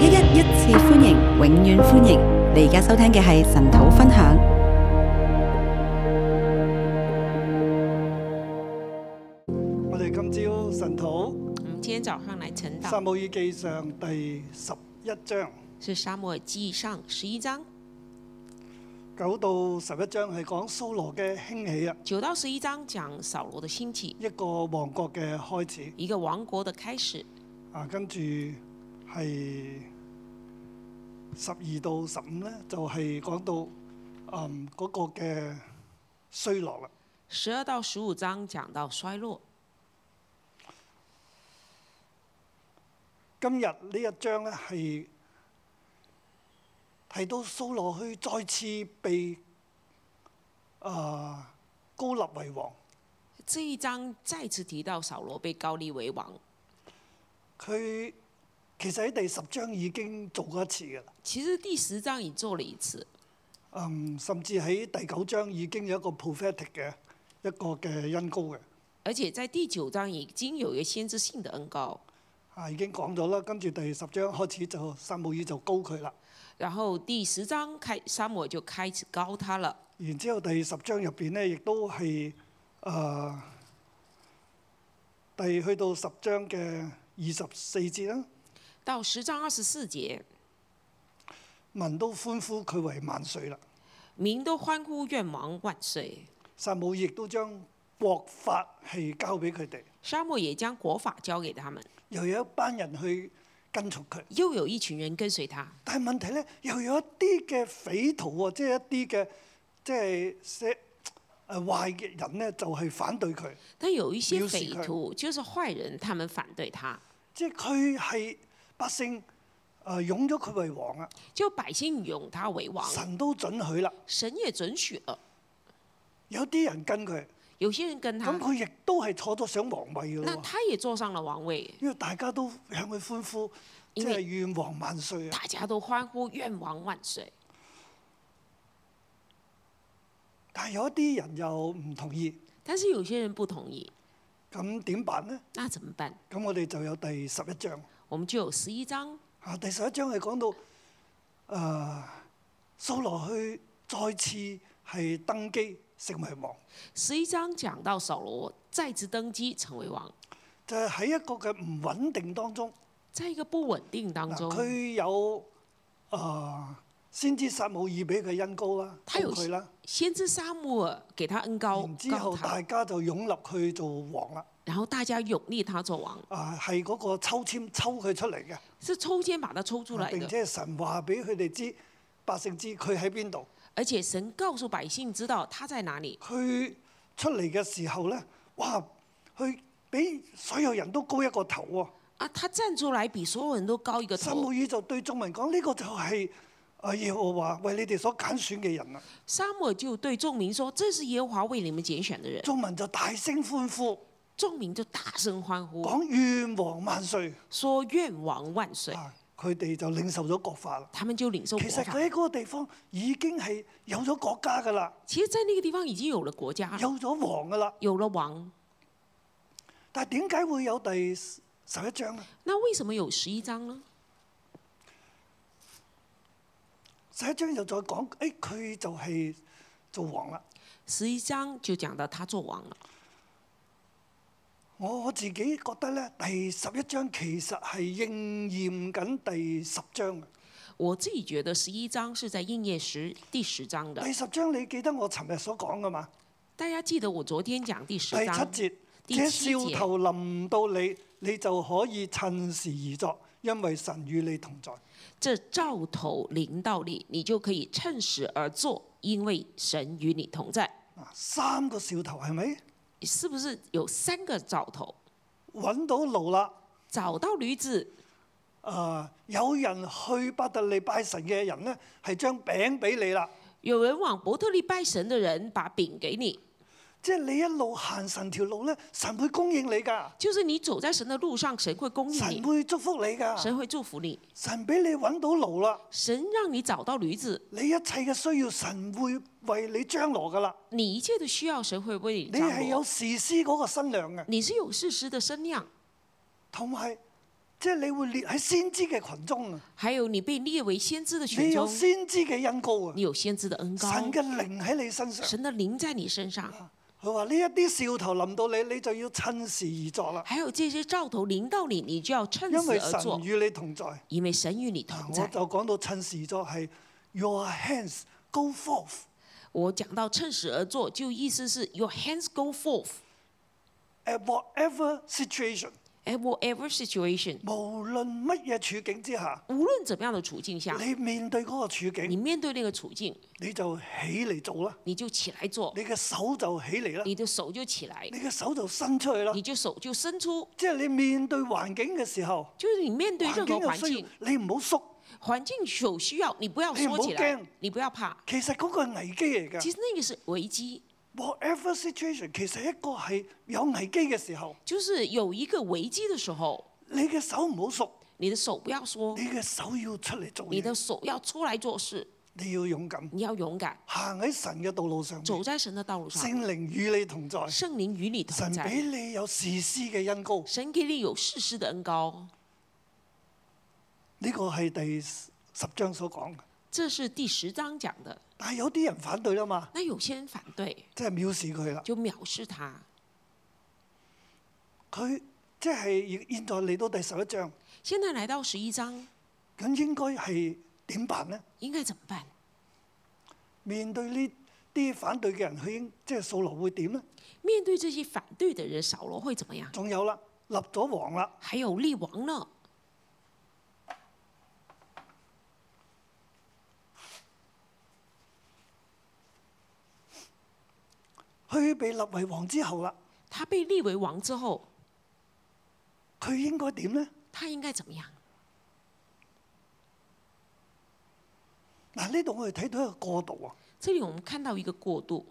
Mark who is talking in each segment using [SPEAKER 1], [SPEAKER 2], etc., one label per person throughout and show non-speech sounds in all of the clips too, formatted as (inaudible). [SPEAKER 1] 一一一次歡迎，永遠歡迎！你而家收聽嘅係神土分享。
[SPEAKER 2] 我哋今朝神土
[SPEAKER 3] 我们嗯今天早上来晨
[SPEAKER 2] 撒
[SPEAKER 3] 祷，
[SPEAKER 2] 母耳記上第十一章
[SPEAKER 3] 是沙漠记上十一章
[SPEAKER 2] 九到十一章係講蘇羅嘅興起啊，
[SPEAKER 3] 九到十一章，讲扫罗的兴起，
[SPEAKER 2] 一個王國嘅開始
[SPEAKER 3] 一个王国的开始。
[SPEAKER 2] 啊，跟住係十二到十五咧，就係、講到嗯嗰、個嘅衰落啦。
[SPEAKER 3] 十二到十五章讲到衰落。
[SPEAKER 2] 今日呢一章咧係提到蘇羅去再次被啊、高立為王。
[SPEAKER 3] 这一章再次提到扫罗被高立为王，
[SPEAKER 2] 佢其實喺第十章已經做過一次嘅啦，
[SPEAKER 3] 其实第十章已做了一次，
[SPEAKER 2] 嗯，甚至喺第九章已經有一個 prophetic 嘅一個嘅恩高嘅，
[SPEAKER 3] 而且在第九章已经有一个先知性的恩高。
[SPEAKER 2] 啊已經講咗啦。跟住第十章開始就撒母耳就高佢啦，
[SPEAKER 3] 然后第十章开，沙漠就开始高他了。
[SPEAKER 2] 然之後第十章入邊咧亦都係誒、呃第去到十章嘅二十四節啦，
[SPEAKER 3] 到十章二十四节，
[SPEAKER 2] 民都歡呼佢為萬歲啦。
[SPEAKER 3] 民都欢呼愿王万岁。
[SPEAKER 2] 撒母耳亦都將國法係交俾佢哋，
[SPEAKER 3] 沙漠也将国法交给他们。
[SPEAKER 2] 又有一班人去跟從佢。
[SPEAKER 3] 又有一群人跟随他，
[SPEAKER 2] 但係問題咧，又有一啲嘅匪徒喎，即係一啲嘅即係些誒壞嘅人咧，就係、反對佢，
[SPEAKER 3] 但有一些
[SPEAKER 2] 藐视
[SPEAKER 3] 匪
[SPEAKER 2] 他
[SPEAKER 3] 徒就是坏人，他们反对他，
[SPEAKER 2] 即係佢係百姓誒擁咗佢為王啊，
[SPEAKER 3] 就百姓拥他为王，
[SPEAKER 2] 神都准許啦，
[SPEAKER 3] 神也准许了。
[SPEAKER 2] 有啲人跟佢，
[SPEAKER 3] 有些人跟
[SPEAKER 2] 咁
[SPEAKER 3] 他，
[SPEAKER 2] 佢亦都係坐咗上皇位嘅
[SPEAKER 3] 那
[SPEAKER 2] 咯喎，
[SPEAKER 3] 他也坐上了王位，
[SPEAKER 2] 因為大家都向佢歡呼，即
[SPEAKER 3] 因為
[SPEAKER 2] 係願王萬歲啊！
[SPEAKER 3] 大家都欢呼愿王万岁。
[SPEAKER 2] 但係有一啲人又唔同意，
[SPEAKER 3] 但是有些人不同意，
[SPEAKER 2] 咁點辦咧？
[SPEAKER 3] 那怎么办？
[SPEAKER 2] 咁我哋就有第十一章。
[SPEAKER 3] 我们就有十一章，
[SPEAKER 2] 啊，第十一章係講到誒、呃、掃羅去再次係登基成為王，
[SPEAKER 3] 十一章讲到扫罗再次登基成为王，
[SPEAKER 2] 就係、喺一個嘅唔穩定當中，
[SPEAKER 3] 在一个不稳定当
[SPEAKER 2] 嗱
[SPEAKER 3] 中，
[SPEAKER 2] 佢有誒、呃先知撒母耳俾佢恩高啦，
[SPEAKER 3] 他有
[SPEAKER 2] 高佢啦，
[SPEAKER 3] 先知沙漠给他恩高
[SPEAKER 2] 然之
[SPEAKER 3] 高
[SPEAKER 2] 後
[SPEAKER 3] 他，
[SPEAKER 2] 大家就擁立佢做王啦。
[SPEAKER 3] 然后大家拥立他做王，
[SPEAKER 2] 啊，係嗰個抽籤抽佢出嚟嘅，
[SPEAKER 3] 是抽签把他抽出
[SPEAKER 2] 啊
[SPEAKER 3] 来的
[SPEAKER 2] 並。且神話俾佢哋知，百姓知佢喺邊度。
[SPEAKER 3] 而且神告诉百姓知道他在哪里。
[SPEAKER 2] 佢出嚟嘅時候咧，哇！佢比所有人都高一個頭喎、
[SPEAKER 3] 啊，他站出来比所有人都高一个
[SPEAKER 2] 撒母
[SPEAKER 3] 头。
[SPEAKER 2] 耳就對眾民講：呢、個就係啊耶和華為你哋所揀選嘅人啦。
[SPEAKER 3] 沙漠就对众民说：“这是耶和华为你们拣选的人。
[SPEAKER 2] 眾民就大聲歡呼，”
[SPEAKER 3] 众民就大声欢呼，
[SPEAKER 2] 講願王萬歲
[SPEAKER 3] 说：“愿王万岁
[SPEAKER 2] 啊！佢哋就領受咗國法啦！”。
[SPEAKER 3] 他们就领受
[SPEAKER 2] 其
[SPEAKER 3] 国
[SPEAKER 2] 實
[SPEAKER 3] 法
[SPEAKER 2] 佢。喺嗰個地方已經係有咗國家噶啦，
[SPEAKER 3] 其实，在那个地方已经有了国家，
[SPEAKER 2] 有咗王噶啦。
[SPEAKER 3] 有了王。
[SPEAKER 2] 但係點解會有第十一章咧？
[SPEAKER 3] 那为什么有十一章呢？
[SPEAKER 2] 十一章又再講，誒、佢就係做王啦。
[SPEAKER 3] 十一章就讲到他做王了。
[SPEAKER 2] 我自己覺得咧，第十一章其實係應驗緊第十章嘅。
[SPEAKER 3] 我自己觉得十一章是在应验十第十章的
[SPEAKER 2] 第。十章你記得我尋日所講嘅嘛？
[SPEAKER 3] 大家记得我昨天讲第十
[SPEAKER 2] 第七
[SPEAKER 3] 章，
[SPEAKER 2] 節，
[SPEAKER 3] 第
[SPEAKER 2] 這
[SPEAKER 3] 七節
[SPEAKER 2] 兆頭臨到你，你就可以趁時而作，因為神與你同在。
[SPEAKER 3] 这兆头临到你，你就可以趁时而作，因为神与你同在。
[SPEAKER 2] 嗱，三個兆頭係咪
[SPEAKER 3] 是不是有三个兆头？
[SPEAKER 2] 揾到路啦？
[SPEAKER 3] 找到驴子，
[SPEAKER 2] 誒、有人去伯特利拜神嘅人咧，係將餅俾你啦。
[SPEAKER 3] 有人往伯特利拜神的人把饼给你，
[SPEAKER 2] 即係你一路行神條路咧，神會供應你㗎，
[SPEAKER 3] 就是你走在神的路上，神会供应
[SPEAKER 2] 神
[SPEAKER 3] 你，
[SPEAKER 2] 會祝福你㗎，
[SPEAKER 3] 神会祝福你，
[SPEAKER 2] 神俾你揾到路啦。
[SPEAKER 3] 神让你找到驴子，
[SPEAKER 2] 你一切嘅需要，神會為你張羅㗎啦。
[SPEAKER 3] 你一切的需要，神会为你
[SPEAKER 2] 你
[SPEAKER 3] 张
[SPEAKER 2] 係有
[SPEAKER 3] 罗。
[SPEAKER 2] 事師嗰個身量嘅，
[SPEAKER 3] 你是有事实的身量，
[SPEAKER 2] 同埋即係你會列喺先知嘅群中啊，
[SPEAKER 3] 还有你被列为先知的
[SPEAKER 2] 你
[SPEAKER 3] 群
[SPEAKER 2] 有
[SPEAKER 3] 中，
[SPEAKER 2] 先知嘅恩膏啊
[SPEAKER 3] 你，有先知的恩膏，
[SPEAKER 2] 神嘅靈喺你身上。
[SPEAKER 3] 神的灵在你身上，
[SPEAKER 2] 佢話呢一啲兆頭臨到你，你就要趁時而作啦，
[SPEAKER 3] 还有这些兆头临到你，你就要趁
[SPEAKER 2] 因
[SPEAKER 3] 此
[SPEAKER 2] 為
[SPEAKER 3] 而
[SPEAKER 2] 神啊
[SPEAKER 3] 做，
[SPEAKER 2] 與你同在。
[SPEAKER 3] 因为神与你同
[SPEAKER 2] 我
[SPEAKER 3] 在。
[SPEAKER 2] 就講到趁時而作係 your hands go forth
[SPEAKER 3] 我讲到趁时而做，就意思是 your hands go forth
[SPEAKER 2] at whatever situation，
[SPEAKER 3] at whatever situation，
[SPEAKER 2] 無論乜嘢處境之下，
[SPEAKER 3] 无论怎么样的处境下，
[SPEAKER 2] 你面對嗰個處
[SPEAKER 3] 你
[SPEAKER 2] 境，
[SPEAKER 3] 面对那个处境，
[SPEAKER 2] 你就起嚟做啦，
[SPEAKER 3] 你就起来做，
[SPEAKER 2] 你嘅手就起嚟啦，
[SPEAKER 3] 你的手就起来，
[SPEAKER 2] 你嘅手就伸出去啦。
[SPEAKER 3] 你就手就伸出，
[SPEAKER 2] 即係你面對環境嘅時候，
[SPEAKER 3] 就是你面对
[SPEAKER 2] 環
[SPEAKER 3] 任
[SPEAKER 2] 境
[SPEAKER 3] 何
[SPEAKER 2] 有
[SPEAKER 3] 环
[SPEAKER 2] 需
[SPEAKER 3] 境
[SPEAKER 2] 要，，哎你唔好縮。
[SPEAKER 3] 环境有需要，你不要
[SPEAKER 2] 你唔
[SPEAKER 3] 缩
[SPEAKER 2] 好
[SPEAKER 3] 起来
[SPEAKER 2] 驚，
[SPEAKER 3] 你不要怕。
[SPEAKER 2] 其實嗰個係危機嚟
[SPEAKER 3] 其
[SPEAKER 2] 㗎。
[SPEAKER 3] 实那个是危机，
[SPEAKER 2] Whatever situation，其實一個係有危機嘅時候，
[SPEAKER 3] 就是有一个危机的时候，
[SPEAKER 2] 你嘅手唔好縮，
[SPEAKER 3] 你的手不要缩
[SPEAKER 2] 你，嘅手要出嚟做
[SPEAKER 3] 你
[SPEAKER 2] 嘢，
[SPEAKER 3] 的手要出来做事，
[SPEAKER 2] 你要勇敢，
[SPEAKER 3] 你要勇敢，
[SPEAKER 2] 行喺神嘅道路上面。
[SPEAKER 3] 走在神的道路上，
[SPEAKER 2] 聖靈與你同在，
[SPEAKER 3] 圣灵与你同
[SPEAKER 2] 神俾
[SPEAKER 3] 在，
[SPEAKER 2] 你有事師嘅恩膏。
[SPEAKER 3] 神给你有世事的恩高。
[SPEAKER 2] 呢個係第十章所講嘅。
[SPEAKER 3] 这是第十章讲的。
[SPEAKER 2] 但係有啲人反對啦嘛，
[SPEAKER 3] 那有些人反对，
[SPEAKER 2] 即係藐視佢啦。
[SPEAKER 3] 就藐视他。
[SPEAKER 2] 佢即係現在嚟到第十一章，
[SPEAKER 3] 现在来到十一章，
[SPEAKER 2] 咁應該係點辦呢？
[SPEAKER 3] 应该怎么办？
[SPEAKER 2] 面對呢啲反對嘅人，佢應即係掃羅會點呢？
[SPEAKER 3] 面对这些反对的人，扫罗会怎么样？
[SPEAKER 2] 仲有啦，立咗王啦，
[SPEAKER 3] 还有立王呢？
[SPEAKER 2] 佢被立為王之後啦，
[SPEAKER 3] 他被立为王之后，
[SPEAKER 2] 佢應該點呢？
[SPEAKER 3] 他应该怎么样？
[SPEAKER 2] 嗱，呢度我哋睇到一個過渡啊。
[SPEAKER 3] 这里我们看到一个过渡。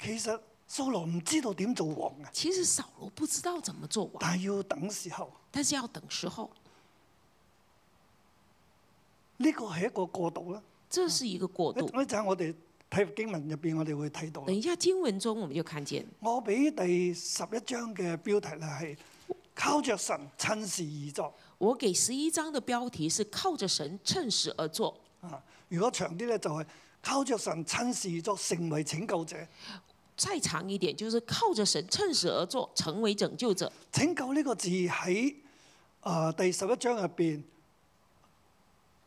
[SPEAKER 2] 其實掃羅唔知道點做王嘅，
[SPEAKER 3] 其实扫罗不知道怎么做王，
[SPEAKER 2] 但係要等時候。
[SPEAKER 3] 但是要等时候，
[SPEAKER 2] 呢個係一個過渡啦。
[SPEAKER 3] 这是一个过
[SPEAKER 2] 一
[SPEAKER 3] 渡。哎
[SPEAKER 2] 一陣我哋睇經文入邊，我哋會睇到啦。
[SPEAKER 3] 等一下经文中我们就看见，
[SPEAKER 2] 我俾第十一章嘅標題咧係靠着神趁時而作
[SPEAKER 3] 我给十一章的标题是靠着神趁时而做。
[SPEAKER 2] 啊。如果長啲咧就係、靠着神趁時而作，成為拯救者。
[SPEAKER 3] 再长一点，就是靠着神趁时而做，成为拯救者。
[SPEAKER 2] 拯救呢個字喺啊、第十一章入邊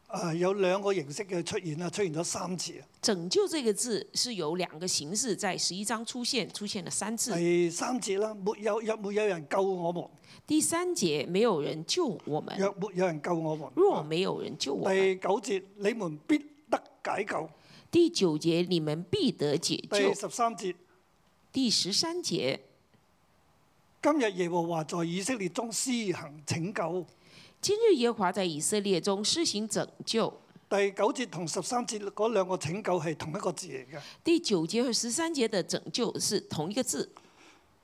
[SPEAKER 2] 啊有兩個形式嘅出現啦，出現咗三次啊。
[SPEAKER 3] 拯救这个字是有两个形式，在十一章出现，出现了三次。
[SPEAKER 2] 第三節啦，沒有若沒有人救我們，
[SPEAKER 3] 第三节没有人救我们，
[SPEAKER 2] 若沒有人救我們。啊
[SPEAKER 3] 若没有人救我们。
[SPEAKER 2] 第九節，你們必得解救。
[SPEAKER 3] 第九节你们必得解
[SPEAKER 2] 第
[SPEAKER 3] 救。
[SPEAKER 2] 十三節，
[SPEAKER 3] 第十三节
[SPEAKER 2] 今日耶和華在以色列中施行拯救。
[SPEAKER 3] 今日耶和华在以色列中施行拯救。
[SPEAKER 2] 第九節同十三節嗰兩個拯救係同一個字嚟嘅，
[SPEAKER 3] 第九节和十三节的拯救是同一个字，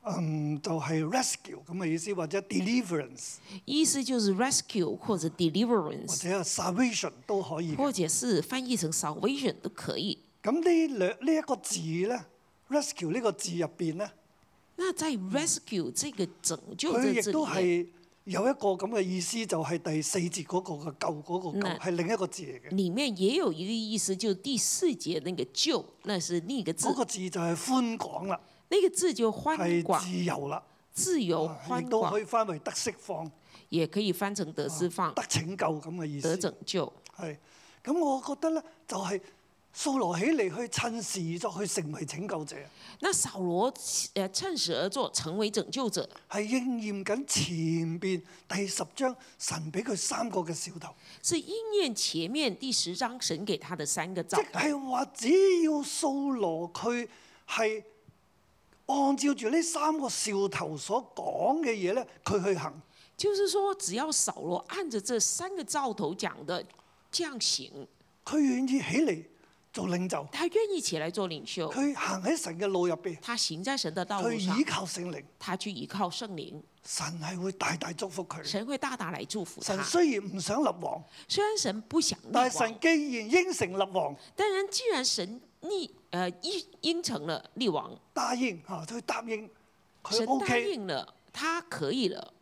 [SPEAKER 2] 嗯，就係、rescue 咁嘅意思，或者 deliverance，
[SPEAKER 3] 意思就是 rescue 或者
[SPEAKER 2] 或
[SPEAKER 3] deliverance，
[SPEAKER 2] 者係 salvation 都可以嘅。
[SPEAKER 3] 或者是翻译成 salvation 都可以。
[SPEAKER 2] 咁呢兩呢一個字咧，rescue 呢個字入邊咧，
[SPEAKER 3] 那在 rescue 这个拯救
[SPEAKER 2] 佢
[SPEAKER 3] 在
[SPEAKER 2] 亦嗯
[SPEAKER 3] 这
[SPEAKER 2] 都
[SPEAKER 3] 里面，
[SPEAKER 2] 係有一個咁嘅意思，就係、第四節嗰個嘅救嗰、個救
[SPEAKER 3] 嗱
[SPEAKER 2] 係另一個字嚟嘅。
[SPEAKER 3] 里面也有一个意思，就是第四节那个救，那是另一个字
[SPEAKER 2] 嗰、，個字就係寬廣啦，
[SPEAKER 3] 那个字就宽
[SPEAKER 2] 係
[SPEAKER 3] 广、
[SPEAKER 2] 自由啦，
[SPEAKER 3] 自由、
[SPEAKER 2] 啊
[SPEAKER 3] 宽
[SPEAKER 2] 亦都
[SPEAKER 3] 广
[SPEAKER 2] 可，以啊翻為得釋放、
[SPEAKER 3] 也可以翻成得释放、
[SPEAKER 2] 得拯救咁嘅意
[SPEAKER 3] 得
[SPEAKER 2] 思。
[SPEAKER 3] 拯救。
[SPEAKER 2] 係，咁我覺得咧，就係、掃羅起嚟去趁時而作，去成為拯救者，
[SPEAKER 3] 那扫罗呃趁时而作，成为拯救者，
[SPEAKER 2] 係應驗緊前邊第十章神俾佢三個嘅兆頭，
[SPEAKER 3] 是应验前面第十章神给他的三个
[SPEAKER 2] 即
[SPEAKER 3] 兆头。
[SPEAKER 2] 係話只要掃羅佢係按照住呢三個兆頭所講嘅嘢咧，佢去行，
[SPEAKER 3] 就是说，只要扫罗按着这三个兆头讲的这样行，
[SPEAKER 2] 佢願意起嚟做領袖，
[SPEAKER 3] 他愿意起来做领袖，
[SPEAKER 2] 佢行喺神嘅路入邊，
[SPEAKER 3] 他行在神的道
[SPEAKER 2] 佢
[SPEAKER 3] 路上
[SPEAKER 2] 倚，靠聖靈，
[SPEAKER 3] 他去依靠圣灵，
[SPEAKER 2] 神係會大大祝福佢。
[SPEAKER 3] 神会大大来祝福他
[SPEAKER 2] 神。雖然唔想立王。
[SPEAKER 3] 虽然神不想立
[SPEAKER 2] 但係神
[SPEAKER 3] 王，
[SPEAKER 2] 既然應承立王，
[SPEAKER 3] 但人既然神立呃应应承了立王，
[SPEAKER 2] 答應嚇，佢答應佢
[SPEAKER 3] 神答
[SPEAKER 2] OK，
[SPEAKER 3] 应了，他可以了，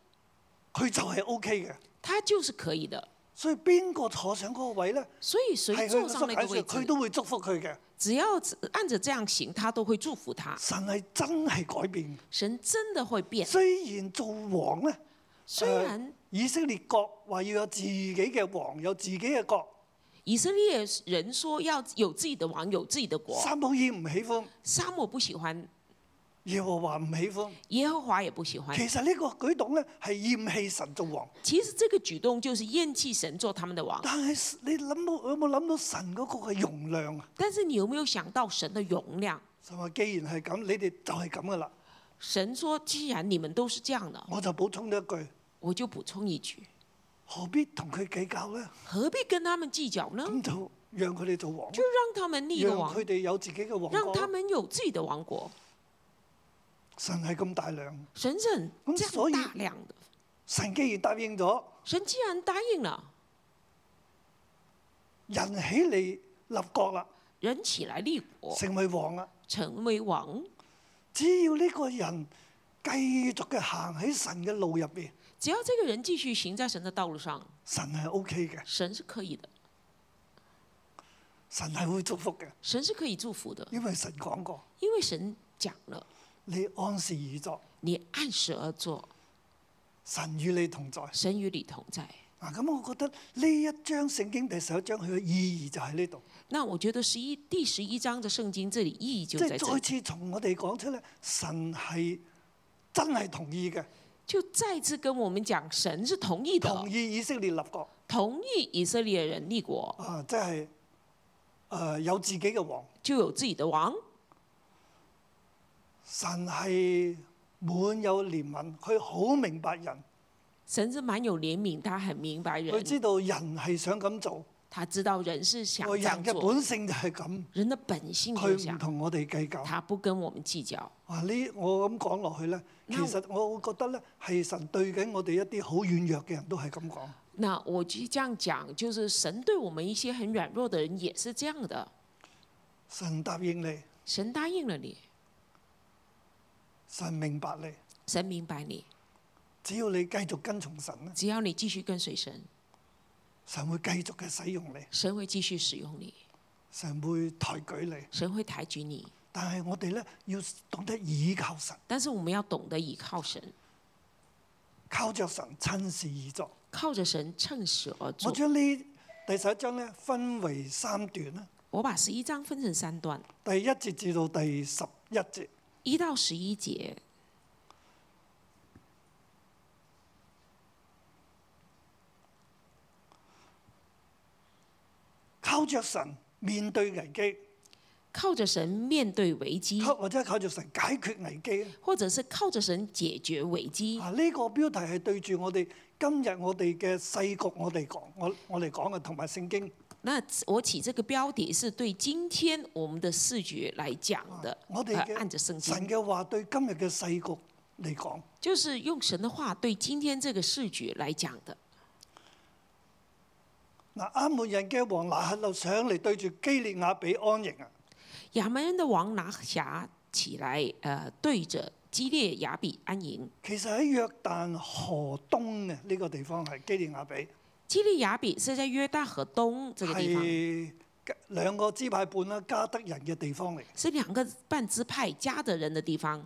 [SPEAKER 2] 佢就係 OK 嘅。
[SPEAKER 3] 他就是可以的。
[SPEAKER 2] 所以邊個坐上嗰個位咧，
[SPEAKER 3] 所以谁
[SPEAKER 2] 係
[SPEAKER 3] 坐
[SPEAKER 2] 佢
[SPEAKER 3] 上
[SPEAKER 2] 嘅
[SPEAKER 3] 那
[SPEAKER 2] 膝底
[SPEAKER 3] 个位
[SPEAKER 2] 上，
[SPEAKER 3] 置
[SPEAKER 2] 佢，都會祝福佢嘅。
[SPEAKER 3] 只要按着这样行，他都会祝福他。
[SPEAKER 2] 神係真係改變。
[SPEAKER 3] 神真的会变，
[SPEAKER 2] 雖然做王咧，
[SPEAKER 3] 虽
[SPEAKER 2] 呃
[SPEAKER 3] 然
[SPEAKER 2] 以色列國話要有自己嘅王，有自己嘅國，
[SPEAKER 3] 以色列人说要有自己的王，有自己的国，
[SPEAKER 2] 撒母耳唔喜歡，
[SPEAKER 3] 沙漠不喜欢，
[SPEAKER 2] 耶和華唔喜歡。
[SPEAKER 3] 耶和华也不喜欢。
[SPEAKER 2] 其實呢個舉動咧係厭棄神做王。
[SPEAKER 3] 其实这个举动就是厌弃神做他们的王。
[SPEAKER 2] 但係你諗到有冇諗到神嗰個嘅容量啊？
[SPEAKER 3] 但是你有没有想到神的容量？
[SPEAKER 2] 神話既然係咁，你哋就係咁噶
[SPEAKER 3] 啊
[SPEAKER 2] 啦。
[SPEAKER 3] 神说：“既然你们都是这样的，
[SPEAKER 2] 我就補充咗一句：
[SPEAKER 3] 我就補充一句，
[SPEAKER 2] 何必同佢計較咧？
[SPEAKER 3] 何必跟他们计较呢？
[SPEAKER 2] 咁就讓佢哋做王，
[SPEAKER 3] 就让他们立一
[SPEAKER 2] 讓
[SPEAKER 3] 个王
[SPEAKER 2] 佢，哋有自己嘅王
[SPEAKER 3] 让他
[SPEAKER 2] 國。
[SPEAKER 3] 们有自己的王国。
[SPEAKER 2] 神係咁大量，
[SPEAKER 3] 神神
[SPEAKER 2] 嗯
[SPEAKER 3] 这
[SPEAKER 2] 所
[SPEAKER 3] 样
[SPEAKER 2] 以
[SPEAKER 3] 大量的，
[SPEAKER 2] 神既然答應咗
[SPEAKER 3] 神既然答应了，
[SPEAKER 2] 人起嚟立國啦，
[SPEAKER 3] 人起来立国，
[SPEAKER 2] 成為王啦，
[SPEAKER 3] 成为王，
[SPEAKER 2] 只要呢個人繼續嘅行喺神嘅路入邊，
[SPEAKER 3] 只要这个人继续行在神的道路上，
[SPEAKER 2] 神係 O K 嘅，
[SPEAKER 3] 神是可以的，
[SPEAKER 2] 神係會祝福嘅，
[SPEAKER 3] 神是可以祝福的，
[SPEAKER 2] 因為神講過，
[SPEAKER 3] 因为神讲了，
[SPEAKER 2] 你按時而作，
[SPEAKER 3] 你按时而作，
[SPEAKER 2] 神與你同在。
[SPEAKER 3] 神与你同在。
[SPEAKER 2] 嗱，咁我覺得呢一章聖經第十一章佢嘅意義就喺呢度，
[SPEAKER 3] 那我觉得十一第十一章的聖經这里意义
[SPEAKER 2] 即
[SPEAKER 3] 就在
[SPEAKER 2] 係
[SPEAKER 3] 这
[SPEAKER 2] 再
[SPEAKER 3] 里，
[SPEAKER 2] 次從我哋講出咧，神係真係同意嘅，
[SPEAKER 3] 就再次跟我们讲，神是同意的，
[SPEAKER 2] 同意以色列立國
[SPEAKER 3] 同意以色列人立国，
[SPEAKER 2] 啊，即係誒有自己嘅王，
[SPEAKER 3] 就有自己的王。
[SPEAKER 2] 神係滿有憐憫，佢好明白人，
[SPEAKER 3] 神是蛮有怜悯，他很明白
[SPEAKER 2] 佢
[SPEAKER 3] 人，
[SPEAKER 2] 知道人係想咁做，
[SPEAKER 3] 他知道人是想
[SPEAKER 2] 我
[SPEAKER 3] 这
[SPEAKER 2] 人
[SPEAKER 3] 样
[SPEAKER 2] 嘅
[SPEAKER 3] 做，
[SPEAKER 2] 本性就係咁，
[SPEAKER 3] 人的本性就
[SPEAKER 2] 佢唔
[SPEAKER 3] 想，
[SPEAKER 2] 同我哋計較。
[SPEAKER 3] 他不跟我们计较。
[SPEAKER 2] 啊！呢我咁講落去咧，其
[SPEAKER 3] 嗱
[SPEAKER 2] 實我會覺得咧，係神對緊我哋一啲好軟弱嘅人都係咁講。
[SPEAKER 3] 那我就这样讲，就是神对我们一些很软弱的人也是这样的。
[SPEAKER 2] 神答應你，
[SPEAKER 3] 神答应了你，
[SPEAKER 2] 神明白你，
[SPEAKER 3] 神明白你，
[SPEAKER 2] 只要你繼續跟從神咧，
[SPEAKER 3] 只要你继续跟随神，
[SPEAKER 2] 神會繼續嘅使用你，
[SPEAKER 3] 神会继续使用你，
[SPEAKER 2] 神會抬舉你。
[SPEAKER 3] 神会抬举你。
[SPEAKER 2] 但係我哋咧要懂得倚靠神，
[SPEAKER 3] 但是我们要懂得倚靠神，
[SPEAKER 2] 靠着神親事而作。
[SPEAKER 3] 靠着神趁时而
[SPEAKER 2] 我
[SPEAKER 3] 做。
[SPEAKER 2] 將呢第十一章咧分為三段啦，
[SPEAKER 3] 我把十一章分成三段，
[SPEAKER 2] 第一節至到第十一節。
[SPEAKER 3] 一到十一节，
[SPEAKER 2] 靠着神面對危機，
[SPEAKER 3] 靠着神面对危机，
[SPEAKER 2] 靠或者靠着神解決危機。
[SPEAKER 3] 或者是靠着神解决危机。
[SPEAKER 2] 啊！呢、個標題係對住我哋今日我哋嘅世局，我哋講我我哋講嘅，同埋聖經。
[SPEAKER 3] 那我起这个标题是对今天我们的视觉来讲的，
[SPEAKER 2] 啊我哋
[SPEAKER 3] 呃、按着
[SPEAKER 2] 嘅
[SPEAKER 3] 圣
[SPEAKER 2] 神
[SPEAKER 3] 经，
[SPEAKER 2] 嘅話對今日嘅世局嚟講，
[SPEAKER 3] 就是用神的话对今天这个视觉来讲的。
[SPEAKER 2] 嗱亞門人嘅王拿克就上嚟對住基列雅比安營啊！
[SPEAKER 3] 亚门人的王拿辖起来，呃，对着基列雅比安营。
[SPEAKER 2] 其實喺約旦河東嘅呢個地方係基列雅比，
[SPEAKER 3] 基列雅比是在约旦河东这个地方，
[SPEAKER 2] 係兩個支派半啦，加德人嘅地方嚟。
[SPEAKER 3] 是两个半支派加的人的地方。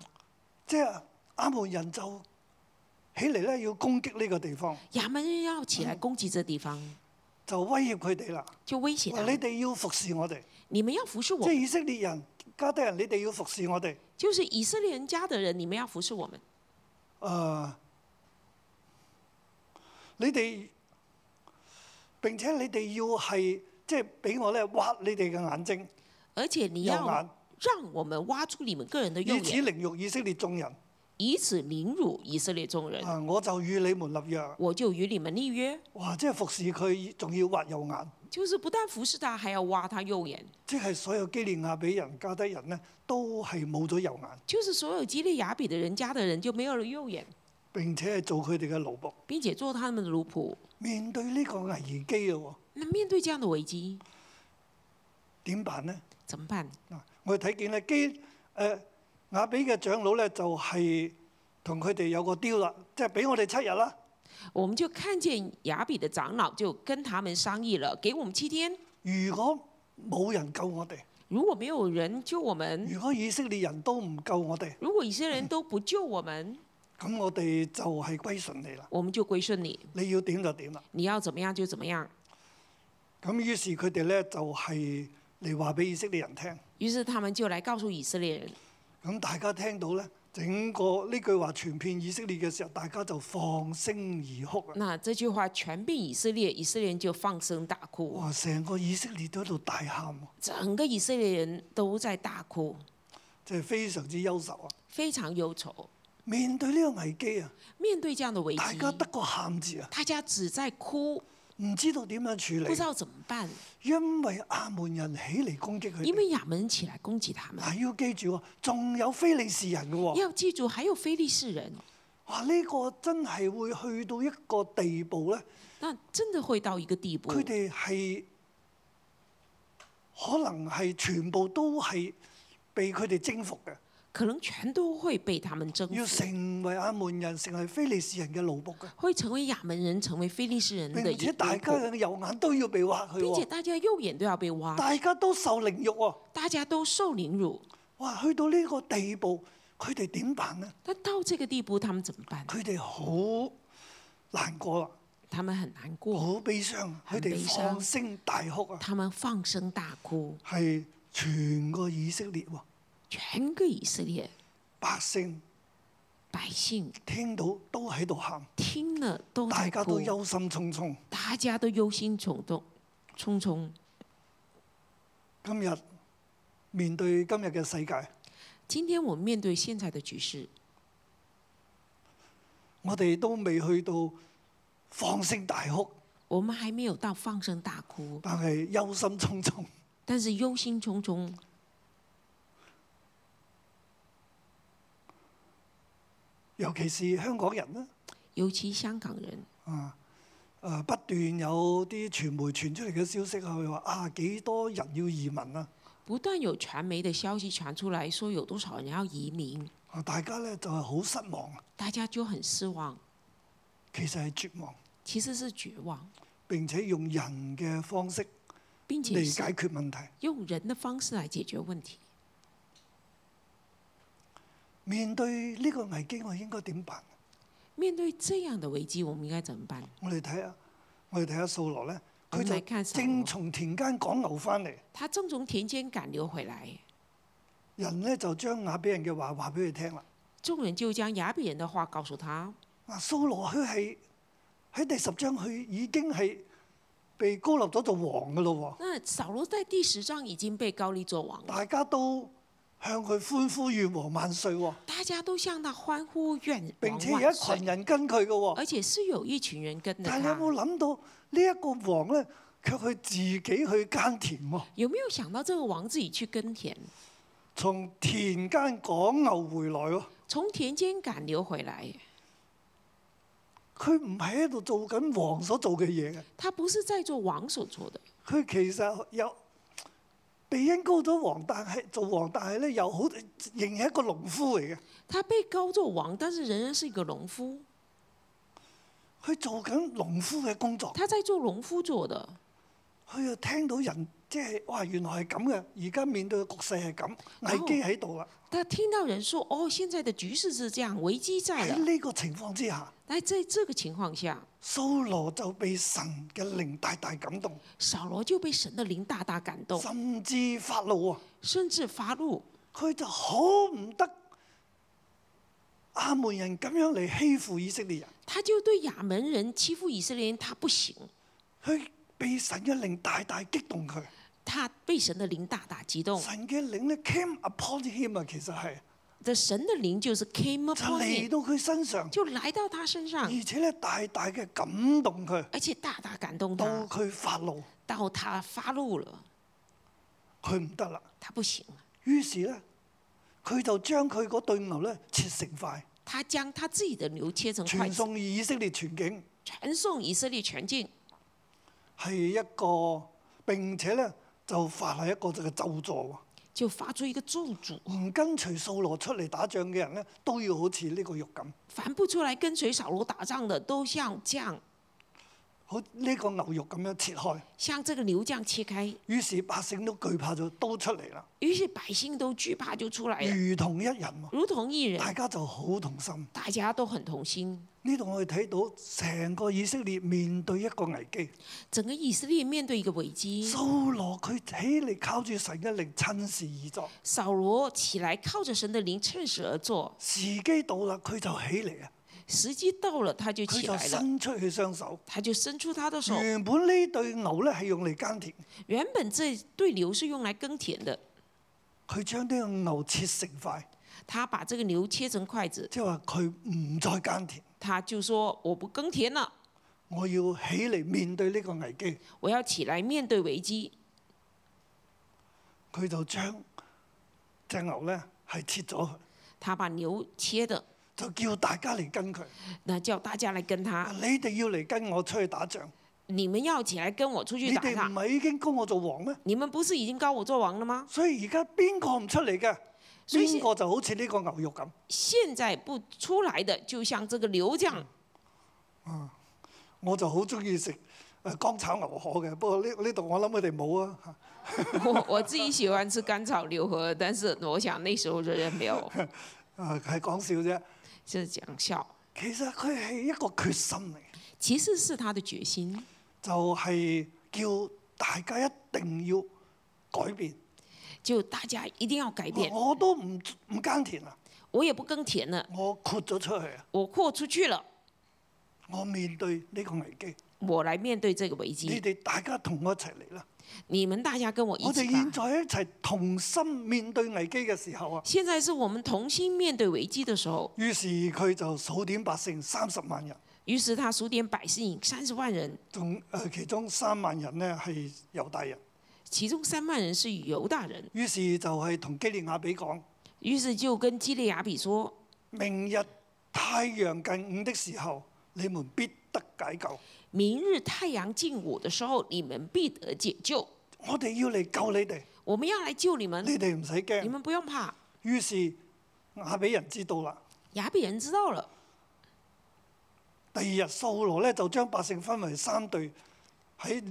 [SPEAKER 2] 即係亞門人就起嚟咧，要攻擊呢個地方，
[SPEAKER 3] 亚门人要起来攻击这地方，
[SPEAKER 2] 就威脅佢哋啦。
[SPEAKER 3] 就威胁
[SPEAKER 2] 話
[SPEAKER 3] 他
[SPEAKER 2] 你
[SPEAKER 3] 们：
[SPEAKER 2] 哋要服侍我哋，
[SPEAKER 3] 你们要服侍我
[SPEAKER 2] 即係，以色列人、加德人，你哋要服侍我哋。
[SPEAKER 3] 就是以色列人家的人，你们要服侍我们。
[SPEAKER 2] 誒、啊你哋並且你哋要係即係俾我咧挖你哋嘅眼睛，
[SPEAKER 3] 而且你
[SPEAKER 2] 右
[SPEAKER 3] 要
[SPEAKER 2] 眼，
[SPEAKER 3] 让我们挖出你们个人的右
[SPEAKER 2] 以此
[SPEAKER 3] 眼，
[SPEAKER 2] 凌辱以色列眾人。
[SPEAKER 3] 以此凌辱以色列众人。
[SPEAKER 2] 啊，我就與你們立約。
[SPEAKER 3] 我就与你们立约，
[SPEAKER 2] 哇！即係服侍佢，仲要挖右眼，
[SPEAKER 3] 就是不但服侍他，还要挖他右眼。
[SPEAKER 2] 即係所有基利亞比人、加低人咧，都係冇咗右眼，
[SPEAKER 3] 就是所有基利雅比的人家的人就没有了右眼，
[SPEAKER 2] 並且係做佢哋嘅奴仆。
[SPEAKER 3] 并且做他们的奴仆。
[SPEAKER 2] 面對呢個危機咯，
[SPEAKER 3] 那面对这样的危机
[SPEAKER 2] 點辦呢？
[SPEAKER 3] 怎么办？
[SPEAKER 2] 嗱，我哋睇見咧基誒、呃雅比嘅長老咧，就係同佢哋有個雕啦，即係俾我哋七日啦，
[SPEAKER 3] 我们就看见雅比的长老就跟他们商议了，给我们七天。
[SPEAKER 2] 如果冇人救我哋，
[SPEAKER 3] 如果没有人救我们，
[SPEAKER 2] 如果以色列人都唔救我哋，
[SPEAKER 3] 如果以色列人都不救我们，
[SPEAKER 2] 咁我哋就係歸順你啦。
[SPEAKER 3] 我们就归顺你，
[SPEAKER 2] 你要點就點啦。
[SPEAKER 3] 你要怎么样就怎么样。
[SPEAKER 2] 咁於是佢哋咧就係嚟話俾以色列人聽。
[SPEAKER 3] 于是他们就来告诉以色列人，
[SPEAKER 2] 咁大家聽到咧，整個呢句話傳遍以色列嘅時候，大家就放聲而哭啊啦。
[SPEAKER 3] 那这句话全遍以色列，以色列人就放声大哭，
[SPEAKER 2] 哇！成個以色列都喺度大喊喎，
[SPEAKER 3] 整个以色列人都在大哭，
[SPEAKER 2] 真係非常之憂愁啊！
[SPEAKER 3] 非常忧愁。
[SPEAKER 2] 面對呢個危機啊，
[SPEAKER 3] 面对这样的危
[SPEAKER 2] 大
[SPEAKER 3] 机，
[SPEAKER 2] 家得個喊字啊，
[SPEAKER 3] 大家只在哭，
[SPEAKER 2] 唔知道點樣處
[SPEAKER 3] 不知
[SPEAKER 2] 理，
[SPEAKER 3] 道怎么办，
[SPEAKER 2] 因為亞門人起嚟攻擊佢
[SPEAKER 3] 因
[SPEAKER 2] 哋。
[SPEAKER 3] 为亚门人起来攻击他们。
[SPEAKER 2] 嗱，要記住喎，仲有非利士人嘅喎。
[SPEAKER 3] 要记住，还有非利士人，
[SPEAKER 2] 哇！呢、個真係會去到一個地步咧，
[SPEAKER 3] 那真的会到一个地步，
[SPEAKER 2] 佢哋係可能係全部都係被佢哋征服嘅，
[SPEAKER 3] 可能全都会被他们征
[SPEAKER 2] 要
[SPEAKER 3] 服，
[SPEAKER 2] 成為亞門人，成為非利士人嘅奴僕嘅。
[SPEAKER 3] 会成为亚门人，成为非利士人的
[SPEAKER 2] 並
[SPEAKER 3] 一
[SPEAKER 2] 且大家
[SPEAKER 3] 部分
[SPEAKER 2] 嘅右眼都要被挖去
[SPEAKER 3] 并且
[SPEAKER 2] 喎，
[SPEAKER 3] 大家右眼都要被挖，
[SPEAKER 2] 大家都受凌辱喎。
[SPEAKER 3] 大家都受凌辱。
[SPEAKER 2] 哇！去到呢個地步，佢哋點辦呢？
[SPEAKER 3] 但到这个地步，他们怎么办？
[SPEAKER 2] 佢哋好難過啦，
[SPEAKER 3] 他们很难过，
[SPEAKER 2] 好悲傷啊，佢
[SPEAKER 3] 很悲
[SPEAKER 2] 哋
[SPEAKER 3] 傷
[SPEAKER 2] 放聲大哭啊，
[SPEAKER 3] 他们放声大哭，
[SPEAKER 2] 係全個以色列喎
[SPEAKER 3] 全个以色列
[SPEAKER 2] 百姓。
[SPEAKER 3] 百姓
[SPEAKER 2] 聽到都喺度喊，
[SPEAKER 3] 听了都
[SPEAKER 2] 大
[SPEAKER 3] 在
[SPEAKER 2] 家都
[SPEAKER 3] 哭，
[SPEAKER 2] 憂心忡忡。
[SPEAKER 3] 大家都忧心忡忡，忡忡。
[SPEAKER 2] 今日面對今日嘅世界，
[SPEAKER 3] 今天我们面对现在的局势，
[SPEAKER 2] 我哋都未去到放聲大哭，
[SPEAKER 3] 我们还没有到放声大哭，
[SPEAKER 2] 但係憂心忡忡。 (laughs)
[SPEAKER 3] 但是忧心忡忡。
[SPEAKER 2] 尤其是香港人啦，
[SPEAKER 3] 尤其香港人，
[SPEAKER 2] 啊，誒、不斷有啲傳媒傳出嚟嘅消息係話啊幾多人要移民啊，
[SPEAKER 3] 不断有传媒的消息传出来说有多少人要移民，
[SPEAKER 2] 啊大家咧就係好失望，啊
[SPEAKER 3] 大家就很失望，
[SPEAKER 2] 其實係絕望。
[SPEAKER 3] 其实是绝望，
[SPEAKER 2] 並且用人嘅方式
[SPEAKER 3] 并
[SPEAKER 2] 嚟
[SPEAKER 3] 且是
[SPEAKER 2] 解決問題。
[SPEAKER 3] 用人的方式来解决问题。
[SPEAKER 2] 面對呢個危機，我應該點辦？
[SPEAKER 3] 面对这样的危机，我们应该怎么办？
[SPEAKER 2] 我哋睇下，我哋睇下掃羅咧，
[SPEAKER 3] 我
[SPEAKER 2] 佢
[SPEAKER 3] 哋
[SPEAKER 2] 就
[SPEAKER 3] 嚟看掃羅
[SPEAKER 2] 正從田間趕牛翻嚟，
[SPEAKER 3] 他正从田间赶牛回来，
[SPEAKER 2] 人咧就將亞比人嘅話話俾佢聽啦。
[SPEAKER 3] 众人就将雅比人的话告诉他。
[SPEAKER 2] 嗱，掃羅啊佢係喺第十章，佢已經係被高立咗做王噶咯
[SPEAKER 3] 那扫罗在第十章已经被高利做王
[SPEAKER 2] 喎，
[SPEAKER 3] 了，
[SPEAKER 2] 大家都向佢歡呼願王萬歲喎，
[SPEAKER 3] 大家都向他欢呼愿
[SPEAKER 2] 並
[SPEAKER 3] 王
[SPEAKER 2] 且有一
[SPEAKER 3] 万
[SPEAKER 2] 群
[SPEAKER 3] 岁，
[SPEAKER 2] 人跟佢嘅喎。
[SPEAKER 3] 而且是有一群人跟着
[SPEAKER 2] 但係你有
[SPEAKER 3] 他。
[SPEAKER 2] 冇諗到呢一個王咧，卻佢自己去耕田喎，
[SPEAKER 3] 有没有想到这个王自己去耕田，
[SPEAKER 2] 從田間趕牛回來喎。
[SPEAKER 3] 从田间赶牛回来？
[SPEAKER 2] 佢唔係喺度做緊王所做嘅嘢嘅。
[SPEAKER 3] 他不是在做王所做的，
[SPEAKER 2] 佢其實有被恩高咗王，但係做王，但係咧又好仍然係一個農夫嚟嘅。
[SPEAKER 3] 他被高做王，但是仍然是一个农夫，
[SPEAKER 2] 佢做緊農夫嘅工作，
[SPEAKER 3] 他在做农夫做的。
[SPEAKER 2] 佢又聽到人即係哇，原來係咁嘅。而家面對嘅局勢係咁，
[SPEAKER 3] 哦
[SPEAKER 2] 危機喺度啦。
[SPEAKER 3] 他听到人说：“哦，现在的局势是这样，危机在
[SPEAKER 2] 喺
[SPEAKER 3] 了。
[SPEAKER 2] 呢個情況之下，”
[SPEAKER 3] 那在这个情况下，
[SPEAKER 2] 蘇羅就被神嘅靈大大感動，
[SPEAKER 3] 扫罗就被神的灵大大感动，
[SPEAKER 2] 甚至法老啊，
[SPEAKER 3] 甚至发怒。
[SPEAKER 2] 佢就好唔得亞門人咁樣嚟欺負以色列人。
[SPEAKER 3] 他就对亚门人欺负以色列人，他不行，
[SPEAKER 2] 佢被神嘅靈大大激動佢，
[SPEAKER 3] 他被神的灵大大激动。
[SPEAKER 2] 神嘅靈咧 came upon him 啊，其實係
[SPEAKER 3] 这神的灵就是 came
[SPEAKER 2] 就
[SPEAKER 3] upon
[SPEAKER 2] 嚟
[SPEAKER 3] him，啊
[SPEAKER 2] 到佢身上，
[SPEAKER 3] 就來到他身上，
[SPEAKER 2] 而且咧大大嘅感動佢，
[SPEAKER 3] 而且大大感动
[SPEAKER 2] 到
[SPEAKER 3] 他，
[SPEAKER 2] 佢發怒，
[SPEAKER 3] 到他发怒了，
[SPEAKER 2] 佢唔得啦。
[SPEAKER 3] 他不行啊了。
[SPEAKER 2] 於是咧，佢就將佢嗰對牛咧切成塊，
[SPEAKER 3] 他将他自己的牛切成块
[SPEAKER 2] 傳
[SPEAKER 3] 子，
[SPEAKER 2] 送以色列全境，
[SPEAKER 3] 传送以色列全境，
[SPEAKER 2] 係一個並且咧就發下一個就嘅咒詛喎。
[SPEAKER 3] 就发出一个咒诅：
[SPEAKER 2] 唔跟隨掃羅出嚟打仗嘅人咧，都要好似呢個肉咁，
[SPEAKER 3] 凡不出来跟随扫罗打仗的，都像酱，
[SPEAKER 2] 好呢個牛肉咁樣切開。
[SPEAKER 3] 像这个牛酱切开。
[SPEAKER 2] 於是百姓都懼怕咗，都出嚟啦，
[SPEAKER 3] 于是百姓都惧怕，就出来了，
[SPEAKER 2] 如同一人喎，
[SPEAKER 3] 如同一人，
[SPEAKER 2] 大家就好同心。
[SPEAKER 3] 大家都很同心。
[SPEAKER 2] 呢度我哋睇到成個以色列面對一個危機，
[SPEAKER 3] 整个以色列面对一个危机，
[SPEAKER 2] 掃羅佢起嚟靠住神嘅力，趁時而作，
[SPEAKER 3] 扫罗起来靠着神的灵趁势而作，
[SPEAKER 2] 時機到啦，佢就起嚟啊，
[SPEAKER 3] 时机到了他就
[SPEAKER 2] 佢
[SPEAKER 3] 起
[SPEAKER 2] 就
[SPEAKER 3] 来了，
[SPEAKER 2] 伸出去雙手。
[SPEAKER 3] 他就伸出他的手。
[SPEAKER 2] 原本呢對牛咧係用嚟耕田，
[SPEAKER 3] 原本这对牛是用来耕田的，
[SPEAKER 2] 佢將呢個牛切成塊，
[SPEAKER 3] 他把这个牛切成筷子，
[SPEAKER 2] 即係話佢唔再耕田，
[SPEAKER 3] 他就说：“我不耕田了，
[SPEAKER 2] 我要起嚟面對呢個危機。
[SPEAKER 3] 我要起来面对危机。
[SPEAKER 2] 佢就將只牛咧係切咗佢，”
[SPEAKER 3] 他把牛切的，
[SPEAKER 2] 就叫大家嚟跟佢。
[SPEAKER 3] 那叫大家来跟
[SPEAKER 2] 啊
[SPEAKER 3] 他，
[SPEAKER 2] 你哋要嚟跟我出去打仗，
[SPEAKER 3] 你们要起来跟我出
[SPEAKER 2] 你
[SPEAKER 3] 去打
[SPEAKER 2] 哋唔
[SPEAKER 3] 他。
[SPEAKER 2] 係已經高我做王咩？
[SPEAKER 3] 你们不是已经高我做王了吗？
[SPEAKER 2] 所以而家邊個唔出嚟嘅，
[SPEAKER 3] 所以
[SPEAKER 2] 邊個就好似呢個牛肉咁。
[SPEAKER 3] 现在不出来的，就像这个牛这样。
[SPEAKER 2] 我就好中意食誒乾炒牛河嘅，不過呢呢度我諗佢哋冇啊。嚇
[SPEAKER 3] 我我自己喜欢吃干炒牛河，但是我想那时候的人
[SPEAKER 2] (laughs)
[SPEAKER 3] 没有，
[SPEAKER 2] 啊，係講笑啫。
[SPEAKER 3] 是讲笑。
[SPEAKER 2] 其實佢係一個決心嚟，
[SPEAKER 3] 其实是他的决心，
[SPEAKER 2] 就係、叫大家一定要改變。
[SPEAKER 3] 就大家一定要改变。
[SPEAKER 2] 我都唔唔耕田啦，
[SPEAKER 3] 我也不耕田了，
[SPEAKER 2] 我豁咗出去啊！
[SPEAKER 3] 我豁出去了，
[SPEAKER 2] 我面對呢個危機，
[SPEAKER 3] 我来面对这个危
[SPEAKER 2] 你
[SPEAKER 3] 机。
[SPEAKER 2] 哋大家同我一齊嚟啦！
[SPEAKER 3] 你们大家跟我一
[SPEAKER 2] 我哋
[SPEAKER 3] 起
[SPEAKER 2] 現
[SPEAKER 3] 吧。
[SPEAKER 2] 在一齊同心面對危機嘅時候啊！
[SPEAKER 3] 现在是我们同心面对危机的时候。
[SPEAKER 2] 於是佢就數點百姓三十萬人，
[SPEAKER 3] 于是他数点百姓三十万人，
[SPEAKER 2] 仲誒、呃其中三萬人呢係猶大人。
[SPEAKER 3] 其中三万人是犹大人。
[SPEAKER 2] 於是就係同基利亞比講：
[SPEAKER 3] 于是就跟基利亚比说：
[SPEAKER 2] 明日太陽近午的時候，你們必得解救。
[SPEAKER 3] 明日太阳近午的时候，你们必得解救。
[SPEAKER 2] 我哋要嚟救你哋，
[SPEAKER 3] 我们要来救你们，
[SPEAKER 2] 你哋唔使
[SPEAKER 3] 你
[SPEAKER 2] 驚。
[SPEAKER 3] 们不用怕。
[SPEAKER 2] 於是亞比人知道啦。
[SPEAKER 3] 雅比人知道了。
[SPEAKER 2] 第二日，掃羅咧就將百姓分為三隊，喺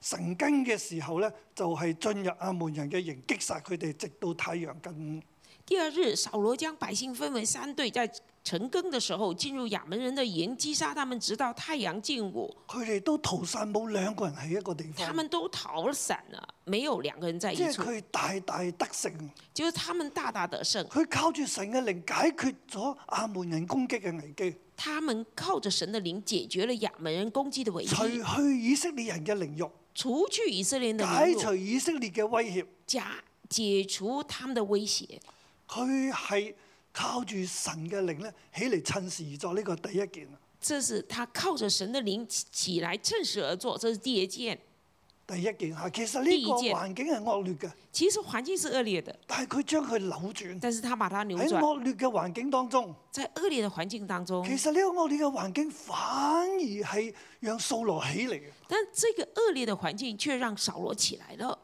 [SPEAKER 2] 晨更嘅時候咧，就係、進入亞門人嘅營，擊殺佢哋，直到太陽近午。
[SPEAKER 3] 第二日，扫罗将百姓分为三队，在晨更的时候进入亚门人的营，击杀他们，直到太阳近午。
[SPEAKER 2] 佢哋都逃散，冇兩個人喺一個地
[SPEAKER 3] 他
[SPEAKER 2] 方，
[SPEAKER 3] 们都逃散了，没有两个人在
[SPEAKER 2] 即
[SPEAKER 3] 一
[SPEAKER 2] 係
[SPEAKER 3] 处，
[SPEAKER 2] 佢大大得勝。
[SPEAKER 3] 就是他们大大得胜。
[SPEAKER 2] 佢靠住神嘅靈解決咗亞門人攻擊嘅危機。
[SPEAKER 3] 他们靠着神的灵解决了亚门人攻击的危
[SPEAKER 2] 除
[SPEAKER 3] 机，
[SPEAKER 2] 去以色列人嘅凌辱，
[SPEAKER 3] 除去以色列人的
[SPEAKER 2] 解
[SPEAKER 3] 凌
[SPEAKER 2] 除
[SPEAKER 3] 辱，
[SPEAKER 2] 以色列嘅威脅。
[SPEAKER 3] 加解除他们的威胁。
[SPEAKER 2] 佢係靠住神嘅靈咧，起嚟趁時而作，呢個第一件。
[SPEAKER 3] 这是他靠着神的灵起起来，趁势而作，这是第一件。
[SPEAKER 2] 第一件嚇，其實呢
[SPEAKER 3] 第
[SPEAKER 2] 個
[SPEAKER 3] 二件
[SPEAKER 2] 環境係惡劣嘅，
[SPEAKER 3] 其实环境是恶劣的，
[SPEAKER 2] 但係佢將佢扭轉。
[SPEAKER 3] 但是他把它扭
[SPEAKER 2] 喺
[SPEAKER 3] 转，
[SPEAKER 2] 惡劣嘅環境當中，
[SPEAKER 3] 在恶劣的环境当中，
[SPEAKER 2] 其實呢個惡劣嘅環境反而係讓掃羅起嚟嘅。
[SPEAKER 3] 但这个恶劣的环境却让扫罗起来了。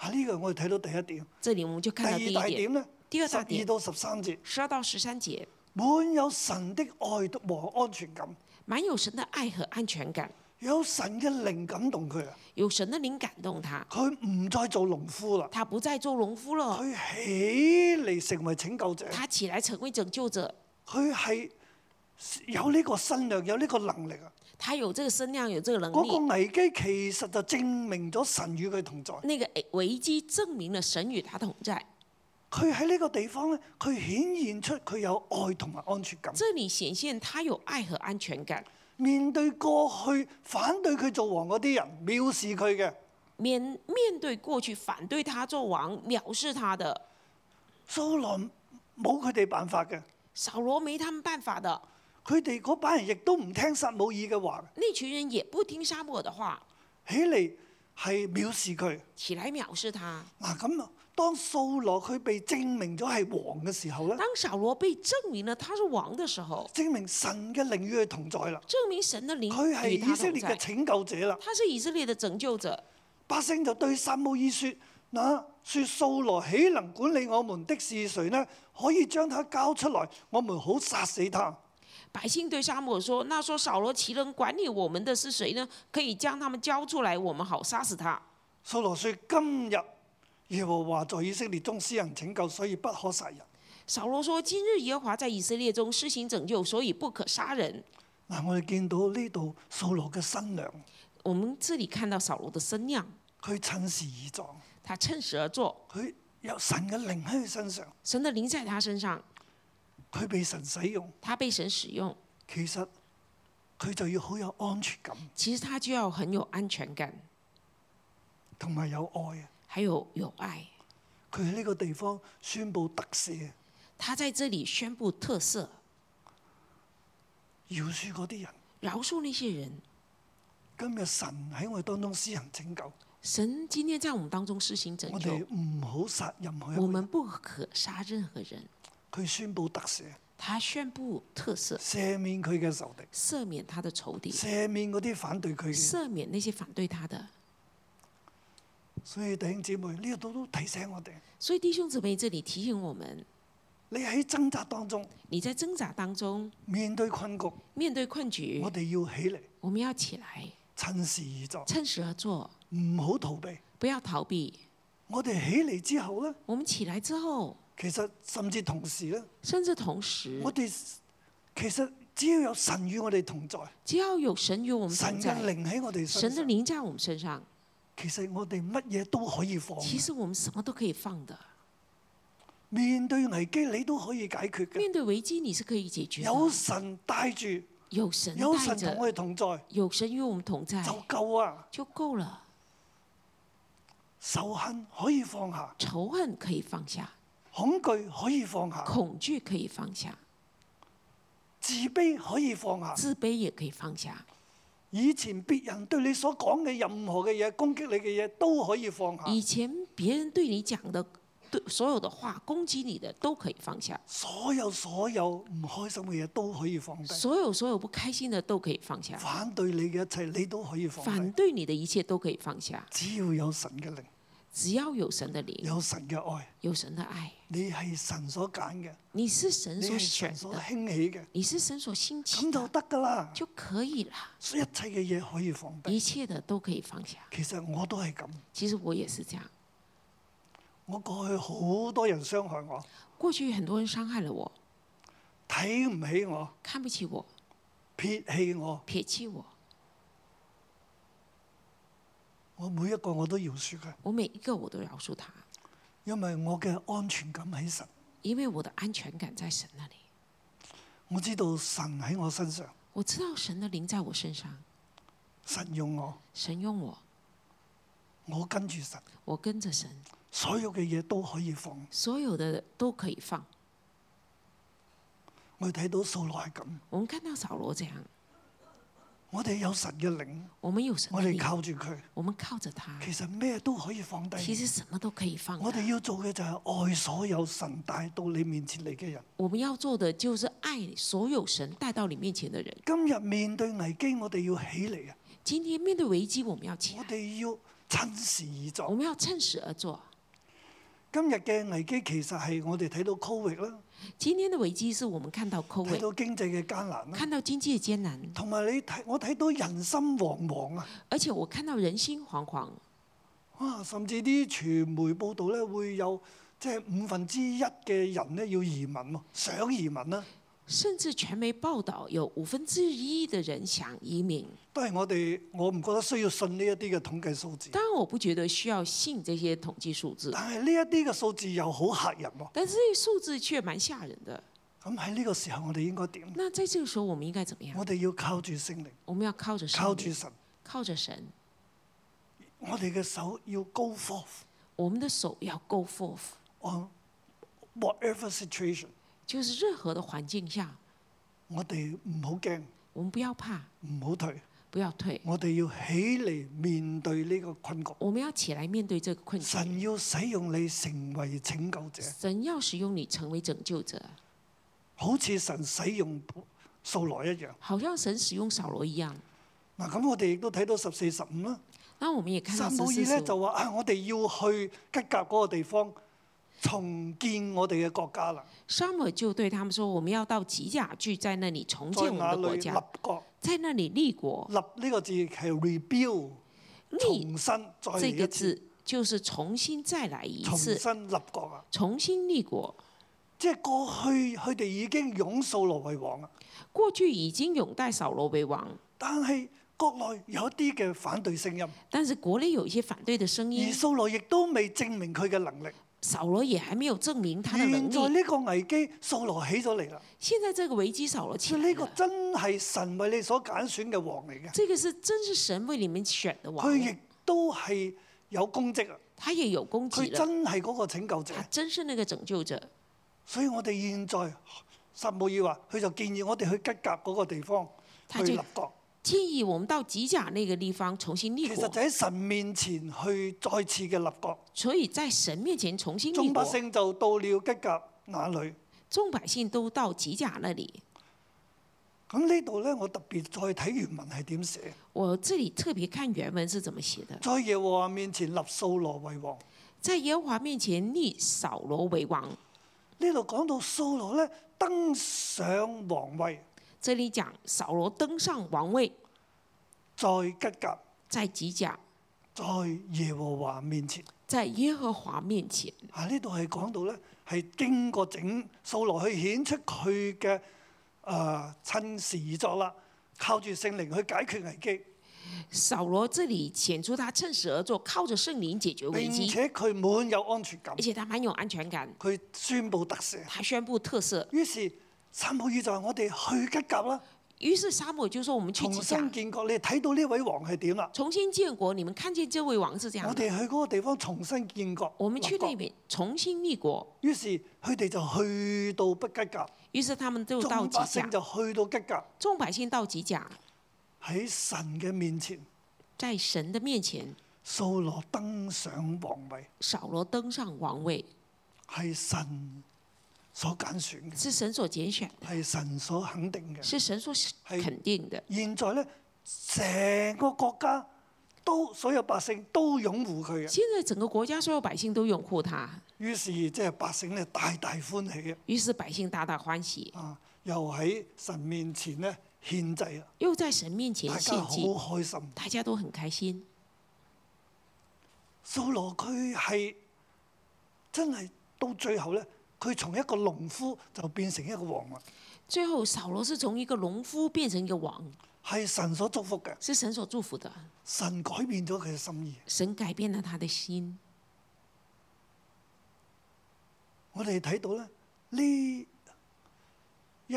[SPEAKER 2] 嚇，啊呢個我哋睇到第一點。
[SPEAKER 3] 这里我们就
[SPEAKER 2] 第
[SPEAKER 3] 看到第
[SPEAKER 2] 二大
[SPEAKER 3] 一点，
[SPEAKER 2] 點咧，
[SPEAKER 3] 第二
[SPEAKER 2] 十
[SPEAKER 3] 大
[SPEAKER 2] 二
[SPEAKER 3] 点
[SPEAKER 2] 到十三節，
[SPEAKER 3] 十二到十三节，
[SPEAKER 2] 滿有神的愛和安全感，
[SPEAKER 3] 满有神的爱和安全感，
[SPEAKER 2] 有神嘅靈感動佢啊！
[SPEAKER 3] 有神的灵感动他，
[SPEAKER 2] 佢唔再做農夫啦。
[SPEAKER 3] 他不再做农夫了，
[SPEAKER 2] 佢起嚟成為拯救者，
[SPEAKER 3] 他起来成为拯救者，
[SPEAKER 2] 佢係有呢個身量，有呢個能力啊！
[SPEAKER 3] 他有这个身量，有这个能
[SPEAKER 2] 嗰、
[SPEAKER 3] 力。
[SPEAKER 2] 個危機其實就證明咗神與佢同在。
[SPEAKER 3] 那个危机证明了神与他同在，
[SPEAKER 2] 佢喺呢個地方咧，佢顯現出佢有愛同埋安全感。
[SPEAKER 3] 这里显现他有爱和安全感。
[SPEAKER 2] 面對過去反對佢做王嗰啲人，藐視佢嘅，
[SPEAKER 3] 面面对过去反对他做王、藐视他的
[SPEAKER 2] 蘇羅冇佢哋辦法嘅。
[SPEAKER 3] 扫罗，没他们办法的。
[SPEAKER 2] 佢哋嗰班人亦都唔聽撒姆耳嘅話，
[SPEAKER 3] 那群人也不听沙漠的话，
[SPEAKER 2] 起嚟係藐視佢。
[SPEAKER 3] 起来藐视他。
[SPEAKER 2] 嗱咁啊，當掃羅佢被證明咗係王嘅時候咧。
[SPEAKER 3] 当扫罗被证明了他是王的时候，
[SPEAKER 2] 證明神嘅靈與佢同在啦。
[SPEAKER 3] 证明神的灵
[SPEAKER 2] 佢係
[SPEAKER 3] 与
[SPEAKER 2] 以
[SPEAKER 3] 他
[SPEAKER 2] 色
[SPEAKER 3] 同
[SPEAKER 2] 列嘅
[SPEAKER 3] 在，
[SPEAKER 2] 拯救者啦。
[SPEAKER 3] 他是以色列的拯救者。
[SPEAKER 2] 百姓就對撒母耳說：那說掃羅豈能管理我們的是誰呢？可以將他交出來，我們好殺死他。
[SPEAKER 3] 百姓对沙漠说：“那说扫罗其人管理我们的是谁呢？可以将他们交出来，我们好杀死他。
[SPEAKER 2] 掃羅說：今日耶和華在以色列中施行拯救，所以不可殺人。”
[SPEAKER 3] 扫罗说：“今日耶和华在以色列中施行拯救，所以不可杀人。
[SPEAKER 2] 嗱，我哋見到呢度掃羅嘅新娘，”
[SPEAKER 3] 我们这里看到扫罗的身量，
[SPEAKER 2] 佢趁時而撞，
[SPEAKER 3] 他趁势而作，
[SPEAKER 2] 佢有神嘅靈喺佢身上，
[SPEAKER 3] 神的灵在他身上，
[SPEAKER 2] 佢被神使用，
[SPEAKER 3] 他被神使用。
[SPEAKER 2] 其實佢就要好有安全感，
[SPEAKER 3] 其实他就要很有安全感，
[SPEAKER 2] 同埋有愛啊！
[SPEAKER 3] 还有有爱。
[SPEAKER 2] 佢喺呢個地方宣佈特赦，
[SPEAKER 3] 他在这里宣布特色，
[SPEAKER 2] 饒恕嗰啲人。
[SPEAKER 3] 饶恕那些人。
[SPEAKER 2] 今日神喺我哋當中施行拯救，
[SPEAKER 3] 神今天在我們當中施行拯
[SPEAKER 2] 我
[SPEAKER 3] 救
[SPEAKER 2] 哋，唔好殺任何一個
[SPEAKER 3] 我
[SPEAKER 2] 人。
[SPEAKER 3] 們不可殺任何人。
[SPEAKER 2] 佢宣佈特赦，
[SPEAKER 3] 他宣布特赦，
[SPEAKER 2] 赦免佢嘅仇敵，
[SPEAKER 3] 赦免他的仇敵，
[SPEAKER 2] 赦免嗰啲反對佢嘅。
[SPEAKER 3] 赦免那些反對他的。
[SPEAKER 2] 所以弟兄姊妹呢度都提醒我哋，
[SPEAKER 3] 所以弟兄姊妹，这里提醒我們：
[SPEAKER 2] 你喺掙扎當中
[SPEAKER 3] 你在掙扎當中，
[SPEAKER 2] 面對困局。
[SPEAKER 3] 面對困局
[SPEAKER 2] 我，哋要起嚟，
[SPEAKER 3] 我們要起來，
[SPEAKER 2] 趁時而作，
[SPEAKER 3] 趁時而做，
[SPEAKER 2] 唔好逃避。
[SPEAKER 3] 不要逃避。
[SPEAKER 2] 我哋起嚟之後咧，
[SPEAKER 3] 我們起來之後，
[SPEAKER 2] 其實甚至同時咧，
[SPEAKER 3] 甚至同時
[SPEAKER 2] 我，哋其實只要有神與我哋同在，
[SPEAKER 3] 只要有神與我們
[SPEAKER 2] 神
[SPEAKER 3] 同
[SPEAKER 2] 嘅
[SPEAKER 3] 在，
[SPEAKER 2] 靈喺我哋身
[SPEAKER 3] 神的
[SPEAKER 2] 上，
[SPEAKER 3] 靈在我們身上，
[SPEAKER 2] 其實我哋乜嘢都可以放。
[SPEAKER 3] 其實我們什麼都可以放的。
[SPEAKER 2] 面對危機，你都可以解決嘅。
[SPEAKER 3] 面對危機，你是可以解決
[SPEAKER 2] 有
[SPEAKER 3] 的。
[SPEAKER 2] 神帶住，
[SPEAKER 3] 有神
[SPEAKER 2] 有
[SPEAKER 3] 帶
[SPEAKER 2] 神同
[SPEAKER 3] 着。
[SPEAKER 2] 我哋同在，
[SPEAKER 3] 有神与我们同在
[SPEAKER 2] 就夠啊！
[SPEAKER 3] 就够了，
[SPEAKER 2] 仇恨可以放下，
[SPEAKER 3] 仇恨可以放下，
[SPEAKER 2] 恐懼可以放下，
[SPEAKER 3] 恐惧可以放下，
[SPEAKER 2] 自卑可以放下。
[SPEAKER 3] 自卑也可以放下，
[SPEAKER 2] 以前別人對你所講嘅任何嘅嘢，攻擊你嘅嘢都可以放下。
[SPEAKER 3] 以前别人对你讲的对所有的话，攻击你的都可以放下，
[SPEAKER 2] 所有所有唔開心嘅嘢都可以放低，
[SPEAKER 3] 所有所有不开心的都可以放下，
[SPEAKER 2] 反對你嘅一切你都可以放
[SPEAKER 3] 反嗯
[SPEAKER 2] 低。
[SPEAKER 3] 对你的一切都可以放下，
[SPEAKER 2] 只要有神嘅靈，
[SPEAKER 3] 只要有神的灵，
[SPEAKER 2] 有神嘅愛，
[SPEAKER 3] 有神的爱，
[SPEAKER 2] 你係神所揀嘅，
[SPEAKER 3] 你是
[SPEAKER 2] 你
[SPEAKER 3] 神所
[SPEAKER 2] 係
[SPEAKER 3] 选
[SPEAKER 2] 神所
[SPEAKER 3] 的，
[SPEAKER 2] 興起嘅，
[SPEAKER 3] 你是神所兴起
[SPEAKER 2] 咁就
[SPEAKER 3] 的，
[SPEAKER 2] 得㗎啦。
[SPEAKER 3] 就可以了，
[SPEAKER 2] 所以一切嘅嘢可以放低。
[SPEAKER 3] 一切的都可以放下。
[SPEAKER 2] 其實我都係咁，
[SPEAKER 3] 其实我也是这样，
[SPEAKER 2] 我過去好多人傷害我，
[SPEAKER 3] 过去很多人伤害了我，
[SPEAKER 2] 睇唔起我，
[SPEAKER 3] 看不起我，
[SPEAKER 2] 撇棄我，
[SPEAKER 3] 撇弃我。
[SPEAKER 2] 我每一個我都饒恕佢，
[SPEAKER 3] 我每一个我都饶恕他，
[SPEAKER 2] 因為我嘅安全感喺神，
[SPEAKER 3] 因为我的安全感在神那里。
[SPEAKER 2] 我知道神喺我身上，
[SPEAKER 3] 我知道神的灵在我身上，
[SPEAKER 2] 神用我，
[SPEAKER 3] 神用我，
[SPEAKER 2] 我跟住神，
[SPEAKER 3] 我跟着神，
[SPEAKER 2] 所有嘅嘢都可以放。
[SPEAKER 3] 所有的都可以放。
[SPEAKER 2] 我哋睇到掃羅係咁，
[SPEAKER 3] 我们看到扫罗这样，
[SPEAKER 2] 我哋有神嘅靈，
[SPEAKER 3] 我们有神
[SPEAKER 2] 我
[SPEAKER 3] 的
[SPEAKER 2] 哋
[SPEAKER 3] 灵，
[SPEAKER 2] 靠住佢，
[SPEAKER 3] 我们靠着他，
[SPEAKER 2] 其實咩都可以放低。
[SPEAKER 3] 其实什么都可以放的。
[SPEAKER 2] 我哋要做嘅就係愛所有神帶到你面前嚟嘅人。
[SPEAKER 3] 我们要做的就是爱所有神带到你面前的人。
[SPEAKER 2] 今日面對危機，我哋要起嚟啊！
[SPEAKER 3] 今天面对危机，我们要起
[SPEAKER 2] 我
[SPEAKER 3] 来，
[SPEAKER 2] 哋要趁時而
[SPEAKER 3] 我
[SPEAKER 2] 作。
[SPEAKER 3] 们要趁势而做。
[SPEAKER 2] 今日嘅危機其實係我哋睇到 Covid 啦，
[SPEAKER 3] 今天的危机是我们看到抠
[SPEAKER 2] 睇
[SPEAKER 3] 尾，
[SPEAKER 2] 到經濟嘅艱難啦，
[SPEAKER 3] 看到经济的艰难，
[SPEAKER 2] 同埋你睇我睇到人心惶惶啊！
[SPEAKER 3] 而且我看到人心惶惶，
[SPEAKER 2] 哇，啊甚至啲傳媒報道咧會有即係五分之一嘅人咧要移民喎，想移民啦。
[SPEAKER 3] 甚至传媒报道有五分之一的人想移民。
[SPEAKER 2] 都係我哋，我唔覺得需要信呢一啲嘅統計數字。
[SPEAKER 3] 当然，我不觉得需要信这些统计数字，
[SPEAKER 2] 但係呢一啲嘅數字又好嚇人喎。
[SPEAKER 3] 但是这些數字却蛮吓人的。
[SPEAKER 2] 咁喺呢個時候，我哋應該點？
[SPEAKER 3] 那在这个时候，我们应该怎么样？
[SPEAKER 2] 嗯我哋要靠住聖靈，
[SPEAKER 3] 我们要靠着神，
[SPEAKER 2] 靠住神，
[SPEAKER 3] 靠着神，
[SPEAKER 2] 我哋嘅手要 go forth
[SPEAKER 3] 我们的手要 go forth，
[SPEAKER 2] on whatever situation。
[SPEAKER 3] 就是任何的环境下，
[SPEAKER 2] 我哋唔好驚，
[SPEAKER 3] 我们不要怕，
[SPEAKER 2] 唔好退，
[SPEAKER 3] 不要退，
[SPEAKER 2] 我哋要起嚟面對呢個困局。
[SPEAKER 3] 我们要起来面对这个困境。
[SPEAKER 2] 神要使用你成為拯救者，
[SPEAKER 3] 神要使用你成为拯救者，
[SPEAKER 2] 好似神使用掃羅一樣。
[SPEAKER 3] 好像神使用扫罗一样。
[SPEAKER 2] 嗱，咁我哋亦都睇到十四十五啦。
[SPEAKER 3] 那我们也看
[SPEAKER 2] 撒
[SPEAKER 3] 到十
[SPEAKER 2] 母
[SPEAKER 3] 四
[SPEAKER 2] 耳
[SPEAKER 3] 十
[SPEAKER 2] 咧
[SPEAKER 3] 五
[SPEAKER 2] 就話啊，我哋要去吉甲嗰個地方重建我哋嘅國家啦，
[SPEAKER 3] 沙姆就对他们说：“我们要到吉甲去，在那里重
[SPEAKER 2] 在
[SPEAKER 3] 建我
[SPEAKER 2] 那
[SPEAKER 3] 们的
[SPEAKER 2] 裏
[SPEAKER 3] 国
[SPEAKER 2] 立
[SPEAKER 3] 家，
[SPEAKER 2] 國。
[SPEAKER 3] 在那里立国。
[SPEAKER 2] 立呢個字係 rebuild，
[SPEAKER 3] 立
[SPEAKER 2] 重新再嚟
[SPEAKER 3] 这
[SPEAKER 2] 一
[SPEAKER 3] 个
[SPEAKER 2] 次，
[SPEAKER 3] 字就是重新再来一
[SPEAKER 2] 重
[SPEAKER 3] 次，
[SPEAKER 2] 新立國啊！
[SPEAKER 3] 重新立国。
[SPEAKER 2] 即係過去佢哋已經擁掃羅為王啊，
[SPEAKER 3] 过去已经拥戴扫罗为王，
[SPEAKER 2] 但係國內有一啲嘅反對聲音，
[SPEAKER 3] 但是國內有一些反對的聲
[SPEAKER 2] 而
[SPEAKER 3] 音，
[SPEAKER 2] 掃羅亦都未證明佢嘅能力。
[SPEAKER 3] 掃羅也還沒有證明他的能
[SPEAKER 2] 現在
[SPEAKER 3] 力。
[SPEAKER 2] 呢個危機，掃羅起咗嚟啦，
[SPEAKER 3] 現在這個危機掃羅起
[SPEAKER 2] 所以
[SPEAKER 3] 來
[SPEAKER 2] 呢個
[SPEAKER 3] 了，
[SPEAKER 2] 真係神為你所揀選嘅王嚟嘅，
[SPEAKER 3] 這個是啊真是神為你們選的王
[SPEAKER 2] 佢，亦都係有功績啊，
[SPEAKER 3] 他也有功
[SPEAKER 2] 佢
[SPEAKER 3] 績了，
[SPEAKER 2] 真係嗰個拯救者
[SPEAKER 3] 他。真是那個拯救者。
[SPEAKER 2] 所以我哋現在撒母耳話，佢就建議我哋去吉甲嗰個地方去
[SPEAKER 3] 他就
[SPEAKER 2] 立國。
[SPEAKER 3] 建議我們到吉甲那個地方重新立
[SPEAKER 2] 其實
[SPEAKER 3] 國
[SPEAKER 2] 就，喺神面前去再次嘅立國，
[SPEAKER 3] 所以在神面前重新立
[SPEAKER 2] 眾百
[SPEAKER 3] 國，
[SPEAKER 2] 姓就到了吉甲那裏。
[SPEAKER 3] 眾百姓都到吉甲那裡。
[SPEAKER 2] 咁呢度呢，我特別再睇原文係點寫，
[SPEAKER 3] 我這裡特別看原文是怎麼寫的，
[SPEAKER 2] 在耶和華面前立掃羅為王。
[SPEAKER 3] 在耶和華面前立掃羅為王。
[SPEAKER 2] 呢度講到掃羅呢，登上皇位，
[SPEAKER 3] 這裡講掃羅登上王位，
[SPEAKER 2] 在吉甲，
[SPEAKER 3] 在吉甲，
[SPEAKER 2] 在耶和華面前。
[SPEAKER 3] 在耶和華面前。
[SPEAKER 2] 啊！呢度係講到咧，係經過整掃羅去顯出佢嘅誒趁時而作啦，靠住聖靈去解決危機。
[SPEAKER 3] 掃羅這裡顯出他趁勢而作，靠着聖靈解決危
[SPEAKER 2] 並
[SPEAKER 3] 機，
[SPEAKER 2] 且佢滿有安全感
[SPEAKER 3] 而，且他蠻有安全感。
[SPEAKER 2] 佢宣布特赦。
[SPEAKER 3] 他宣布特赦，
[SPEAKER 2] 於是撒母耳就話：我哋去吉甲啦，
[SPEAKER 3] 於是撒母耳就說：“我們去
[SPEAKER 2] 重
[SPEAKER 3] 吉
[SPEAKER 2] 新
[SPEAKER 3] 甲，
[SPEAKER 2] 建國。你哋睇到呢位王係點啦？
[SPEAKER 3] 重新建國。你們看見這位王是這樣
[SPEAKER 2] 我
[SPEAKER 3] 的，
[SPEAKER 2] 哋去嗰個地方重新建國。
[SPEAKER 3] 我們去
[SPEAKER 2] 立國
[SPEAKER 3] 那邊重新立國。
[SPEAKER 2] 於是佢哋就去到北吉甲，”
[SPEAKER 3] 於是他們就到
[SPEAKER 2] 眾
[SPEAKER 3] 吉
[SPEAKER 2] 百姓
[SPEAKER 3] 甲，
[SPEAKER 2] 就去到吉甲，
[SPEAKER 3] 眾百姓到吉甲，
[SPEAKER 2] 喺神嘅面前，
[SPEAKER 3] 在神的面前，
[SPEAKER 2] 掃羅登上皇位。
[SPEAKER 3] 掃羅登上王位，
[SPEAKER 2] 係神所揀選嘅，
[SPEAKER 3] 是神所揀選的，
[SPEAKER 2] 係神所肯定嘅。
[SPEAKER 3] 是神所肯定的。
[SPEAKER 2] 現在咧，成個國家都所有百姓都擁護佢嘅，
[SPEAKER 3] 現在整個國家所有百姓都擁護他，
[SPEAKER 2] 於是即係百姓咧大大歡喜嘅，
[SPEAKER 3] 於是百姓大大歡喜，
[SPEAKER 2] 啊，又喺神面前咧獻祭啊，
[SPEAKER 3] 又在神面前
[SPEAKER 2] 大家
[SPEAKER 3] 獻
[SPEAKER 2] 好
[SPEAKER 3] 祭，
[SPEAKER 2] 開心。
[SPEAKER 3] 大家都很開心。
[SPEAKER 2] 掃羅佢係真係到最後咧，佢從一個農夫就變成一個王啦，
[SPEAKER 3] 最後，掃羅是從一個農夫變成一個王，
[SPEAKER 2] 係神所祝福嘅，
[SPEAKER 3] 是神所祝福的。
[SPEAKER 2] 神改變咗佢嘅心意。
[SPEAKER 3] 神改變了他的心。
[SPEAKER 2] 我哋睇到咧呢一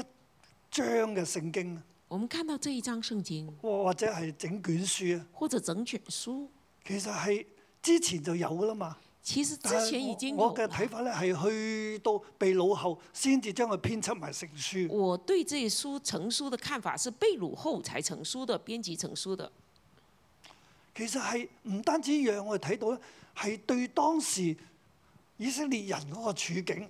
[SPEAKER 2] 章嘅聖經啊，
[SPEAKER 3] 我們看到這一章聖經，
[SPEAKER 2] 或或者係整卷書啊，
[SPEAKER 3] 或者整卷書，
[SPEAKER 2] 其實係之前就有噶啦嘛。
[SPEAKER 3] 其實
[SPEAKER 2] 但
[SPEAKER 3] 之
[SPEAKER 2] 係
[SPEAKER 3] 前已經
[SPEAKER 2] 哎我
[SPEAKER 3] 有
[SPEAKER 2] 我嘅睇
[SPEAKER 3] 了。
[SPEAKER 2] 法咧係去到被擄後先至將佢編輯埋成書。
[SPEAKER 3] 我對這一書成書的看法是被擄後才成書的，編輯成書的。
[SPEAKER 2] 其實係唔單止讓我哋睇到咧，係對當時以色列人嗰個處境，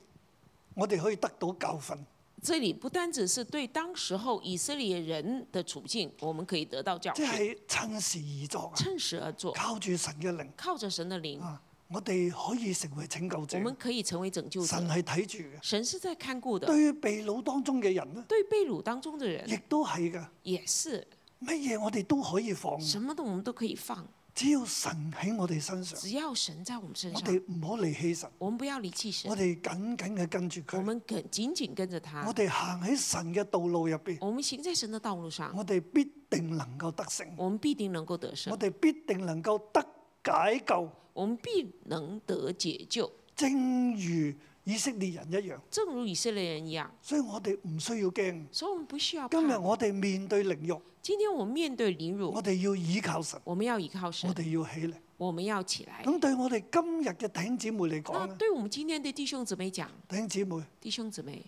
[SPEAKER 2] 我哋可以得到教訓。
[SPEAKER 3] 這裡不單只是對當時候以色列人的處境，我們可以得到教
[SPEAKER 2] 即
[SPEAKER 3] 訓，
[SPEAKER 2] 係趁時而作啊，
[SPEAKER 3] 趁時而作，
[SPEAKER 2] 靠住神嘅靈
[SPEAKER 3] 靠着神的靈，
[SPEAKER 2] 啊，我哋可以成為拯救者
[SPEAKER 3] 我。們可以成為拯救者
[SPEAKER 2] 神。係睇住嘅。
[SPEAKER 3] 神是在看顧的，
[SPEAKER 2] 對於被擄當中嘅人咧，
[SPEAKER 3] 對被擄當中的
[SPEAKER 2] 亦
[SPEAKER 3] 人
[SPEAKER 2] 都係嘅。
[SPEAKER 3] 也是。
[SPEAKER 2] 乜嘢我哋都可以放，
[SPEAKER 3] 什么的我们都可以放，
[SPEAKER 2] 只要神喺我哋身上，
[SPEAKER 3] 只要神在我们身
[SPEAKER 2] 我
[SPEAKER 3] 上，
[SPEAKER 2] 哋唔好離棄神，
[SPEAKER 3] 我们不要离弃神
[SPEAKER 2] 我，哋緊緊嘅跟住
[SPEAKER 3] 我
[SPEAKER 2] 佢，
[SPEAKER 3] 们跟紧紧跟着他
[SPEAKER 2] 我，哋行喺神嘅道路入邊，
[SPEAKER 3] 我们行在神的道路上，
[SPEAKER 2] 我哋必定能夠得勝，
[SPEAKER 3] 我们必定能够得胜
[SPEAKER 2] 我，哋必定能夠得解救，
[SPEAKER 3] 我们必能得解救，
[SPEAKER 2] 正如以色列人一樣。
[SPEAKER 3] 正如以色列人一样。
[SPEAKER 2] 所以我哋唔需要驚。
[SPEAKER 3] 所以我们不需要怕
[SPEAKER 2] 今。日我哋面對凌辱，
[SPEAKER 3] 今天我们面对凌
[SPEAKER 2] 我
[SPEAKER 3] 辱，
[SPEAKER 2] 哋要倚靠神，
[SPEAKER 3] 我们要依靠神
[SPEAKER 2] 我，哋要起嚟。
[SPEAKER 3] 我们要起来。
[SPEAKER 2] 咁對我哋今日嘅弟兄姊妹嚟講
[SPEAKER 3] 那
[SPEAKER 2] 咧，
[SPEAKER 3] 对我们今天的弟兄姊妹讲，
[SPEAKER 2] 弟兄姊妹。
[SPEAKER 3] 弟兄姊妹，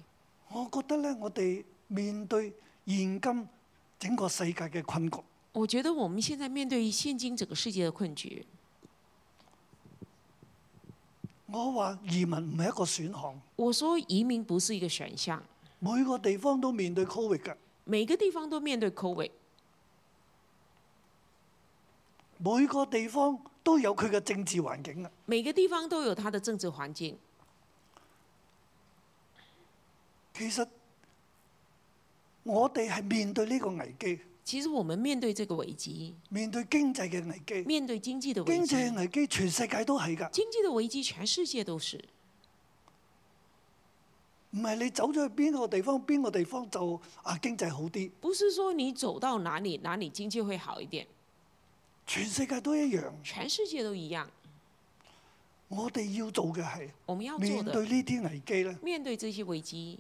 [SPEAKER 2] 我覺得咧，我哋面對現今整個世界嘅困局，
[SPEAKER 3] 我觉得我们现在面对现今整个世界的困局，
[SPEAKER 2] 我話移民唔係一個選項，
[SPEAKER 3] 我说移民不是一个选项，
[SPEAKER 2] 每個地方都面對 Covid 嘅，
[SPEAKER 3] 每个地方都面对 COVID。
[SPEAKER 2] 每個地方都有佢嘅政治環境啊。
[SPEAKER 3] 每个地方都有它的政治环境。
[SPEAKER 2] 其實我哋係面對呢個危機，
[SPEAKER 3] 其实我们面对这个危机，
[SPEAKER 2] 面對經濟嘅危機，
[SPEAKER 3] 面对经济的危
[SPEAKER 2] 經
[SPEAKER 3] 机，
[SPEAKER 2] 濟嘅危機全世界都係㗎，
[SPEAKER 3] 经济的危机全世界都是，
[SPEAKER 2] 唔係你走咗去邊個地方邊個地方就啊經濟好啲，
[SPEAKER 3] 不是说你走到哪里哪里经济会好一点，
[SPEAKER 2] 全世界都一樣。
[SPEAKER 3] 全世界都一样。
[SPEAKER 2] 我哋要做嘅係
[SPEAKER 3] 我们要做
[SPEAKER 2] 面
[SPEAKER 3] 的，
[SPEAKER 2] 對呢啲危機咧，
[SPEAKER 3] 面对这些危机，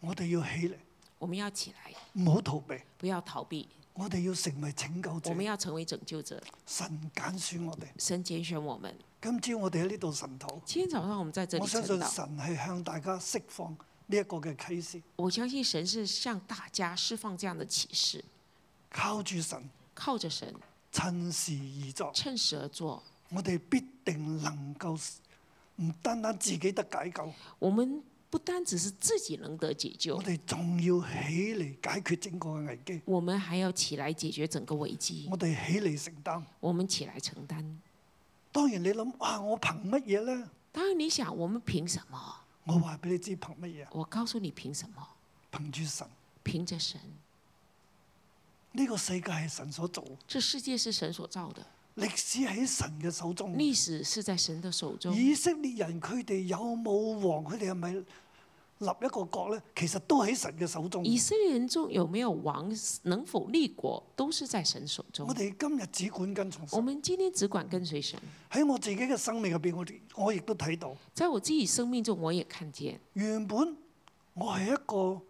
[SPEAKER 2] 我哋要起嚟，
[SPEAKER 3] 我们要起来，
[SPEAKER 2] 唔好逃避。
[SPEAKER 3] 不要逃避，
[SPEAKER 2] 我哋要成為拯救
[SPEAKER 3] 我
[SPEAKER 2] 者
[SPEAKER 3] 们，要成为拯救者。
[SPEAKER 2] 神揀選我哋。
[SPEAKER 3] 神拣选我们。
[SPEAKER 2] 今朝我哋喺呢度神討，
[SPEAKER 3] 今天早上我们在这里
[SPEAKER 2] 我相
[SPEAKER 3] 晨
[SPEAKER 2] 信
[SPEAKER 3] 祷，
[SPEAKER 2] 神係向大家釋放呢一個嘅啟示，
[SPEAKER 3] 我相信神是向大家释放这样的启示，
[SPEAKER 2] 靠住神，
[SPEAKER 3] 靠着神，
[SPEAKER 2] 趁時而作。
[SPEAKER 3] 趁时而作，
[SPEAKER 2] 我哋必定能夠唔單單自己得解救，
[SPEAKER 3] 我们不单只是自己能得解救
[SPEAKER 2] 我，哋仲要起嚟解決整個嘅危機。
[SPEAKER 3] 我们还要起来解决整个危机，
[SPEAKER 2] 我哋起嚟承擔。
[SPEAKER 3] 我们起来承担。
[SPEAKER 2] 當然你諗，哇！我憑乜嘢呢？
[SPEAKER 3] 当然，你想我们凭什么？
[SPEAKER 2] 我話俾你知憑乜嘢啊？
[SPEAKER 3] 我告诉你，凭什么？
[SPEAKER 2] 憑住神，
[SPEAKER 3] 凭着神，
[SPEAKER 2] 呢、個世界係神所做，
[SPEAKER 3] 这世界是神所造的，
[SPEAKER 2] 歷史喺神嘅手中。
[SPEAKER 3] 历史是在神的手中。
[SPEAKER 2] 以色列人佢哋有冇王？佢哋係咪立一個國呢？其實都喺神嘅手中。
[SPEAKER 3] 以色列人中有没有王，能否立国，都是在神手中
[SPEAKER 2] 我。哋今日只管跟從
[SPEAKER 3] 我
[SPEAKER 2] 神。
[SPEAKER 3] 们今天只管跟随神。
[SPEAKER 2] 喺我自己嘅生命入邊，我哋我亦都睇到，
[SPEAKER 3] 在我自己生命中，我也看见，
[SPEAKER 2] 原本我係一個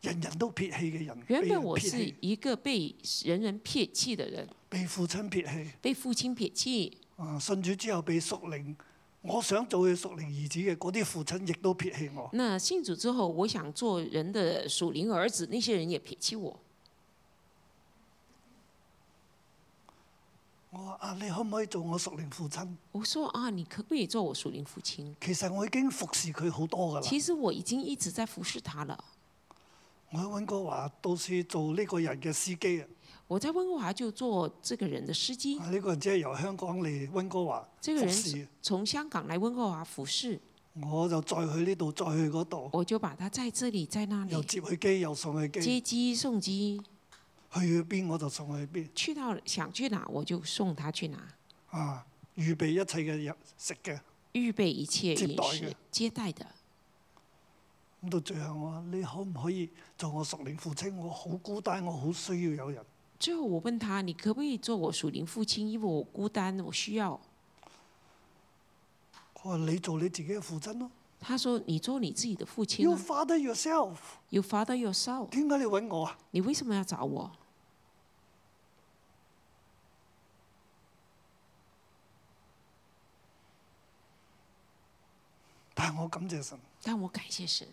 [SPEAKER 2] 人人都撇棄嘅人，
[SPEAKER 3] 原
[SPEAKER 2] 被
[SPEAKER 3] 本
[SPEAKER 2] 人
[SPEAKER 3] 我
[SPEAKER 2] 撇
[SPEAKER 3] 是
[SPEAKER 2] 棄，
[SPEAKER 3] 一个被人人撇弃的人，
[SPEAKER 2] 被父親撇棄。
[SPEAKER 3] 被父亲撇弃，
[SPEAKER 2] 啊，信主之後被屬靈，我想做佢屬靈兒子嘅嗰啲父親亦都撇棄我。
[SPEAKER 3] 那信主之后，我想做人的属灵儿子，那些人也撇弃我。
[SPEAKER 2] 我話啊，你可唔可以做我屬靈父親？
[SPEAKER 3] 我说啊，你可不可以做我属灵父亲？
[SPEAKER 2] 其實我已經服侍佢好多㗎啦。
[SPEAKER 3] 其实我已经一直在服侍他了。
[SPEAKER 2] 我喺温哥華到處做呢個人嘅司機啊！
[SPEAKER 3] 我在温哥华就做这个人的司机
[SPEAKER 2] 啊，，呢、個人只係由香港嚟温哥華
[SPEAKER 3] 这个
[SPEAKER 2] 服
[SPEAKER 3] 人
[SPEAKER 2] 侍
[SPEAKER 3] 是，从香港来温哥华服侍，
[SPEAKER 2] 我就再去呢度，再去嗰度，
[SPEAKER 3] 我就把他在这里在那
[SPEAKER 2] 又
[SPEAKER 3] 里
[SPEAKER 2] 接佢機，又送佢機，
[SPEAKER 3] 接机送机，
[SPEAKER 2] 去邊我就送佢邊
[SPEAKER 3] 去到想去哪我就送他去哪。
[SPEAKER 2] 啊！預備一切嘅嘢食嘅，
[SPEAKER 3] 预备一切
[SPEAKER 2] 接待
[SPEAKER 3] 饮食
[SPEAKER 2] 嘅
[SPEAKER 3] 接待的。
[SPEAKER 2] 咁到最後我話你可唔可以做我屬靈父親？我好孤單，我好需要有人。
[SPEAKER 3] 最后我问他，你可不可以做我属灵父亲？因为我孤单，我需要。
[SPEAKER 2] 佢話你做你自己嘅父親咯。
[SPEAKER 3] 他说：“你做你自己的父亲
[SPEAKER 2] You
[SPEAKER 3] 啊
[SPEAKER 2] father yourself，
[SPEAKER 3] ，You father yourself，
[SPEAKER 2] 點解你揾我啊？
[SPEAKER 3] 你为什么要找我？
[SPEAKER 2] 但係我感謝神，
[SPEAKER 3] 但我感谢神，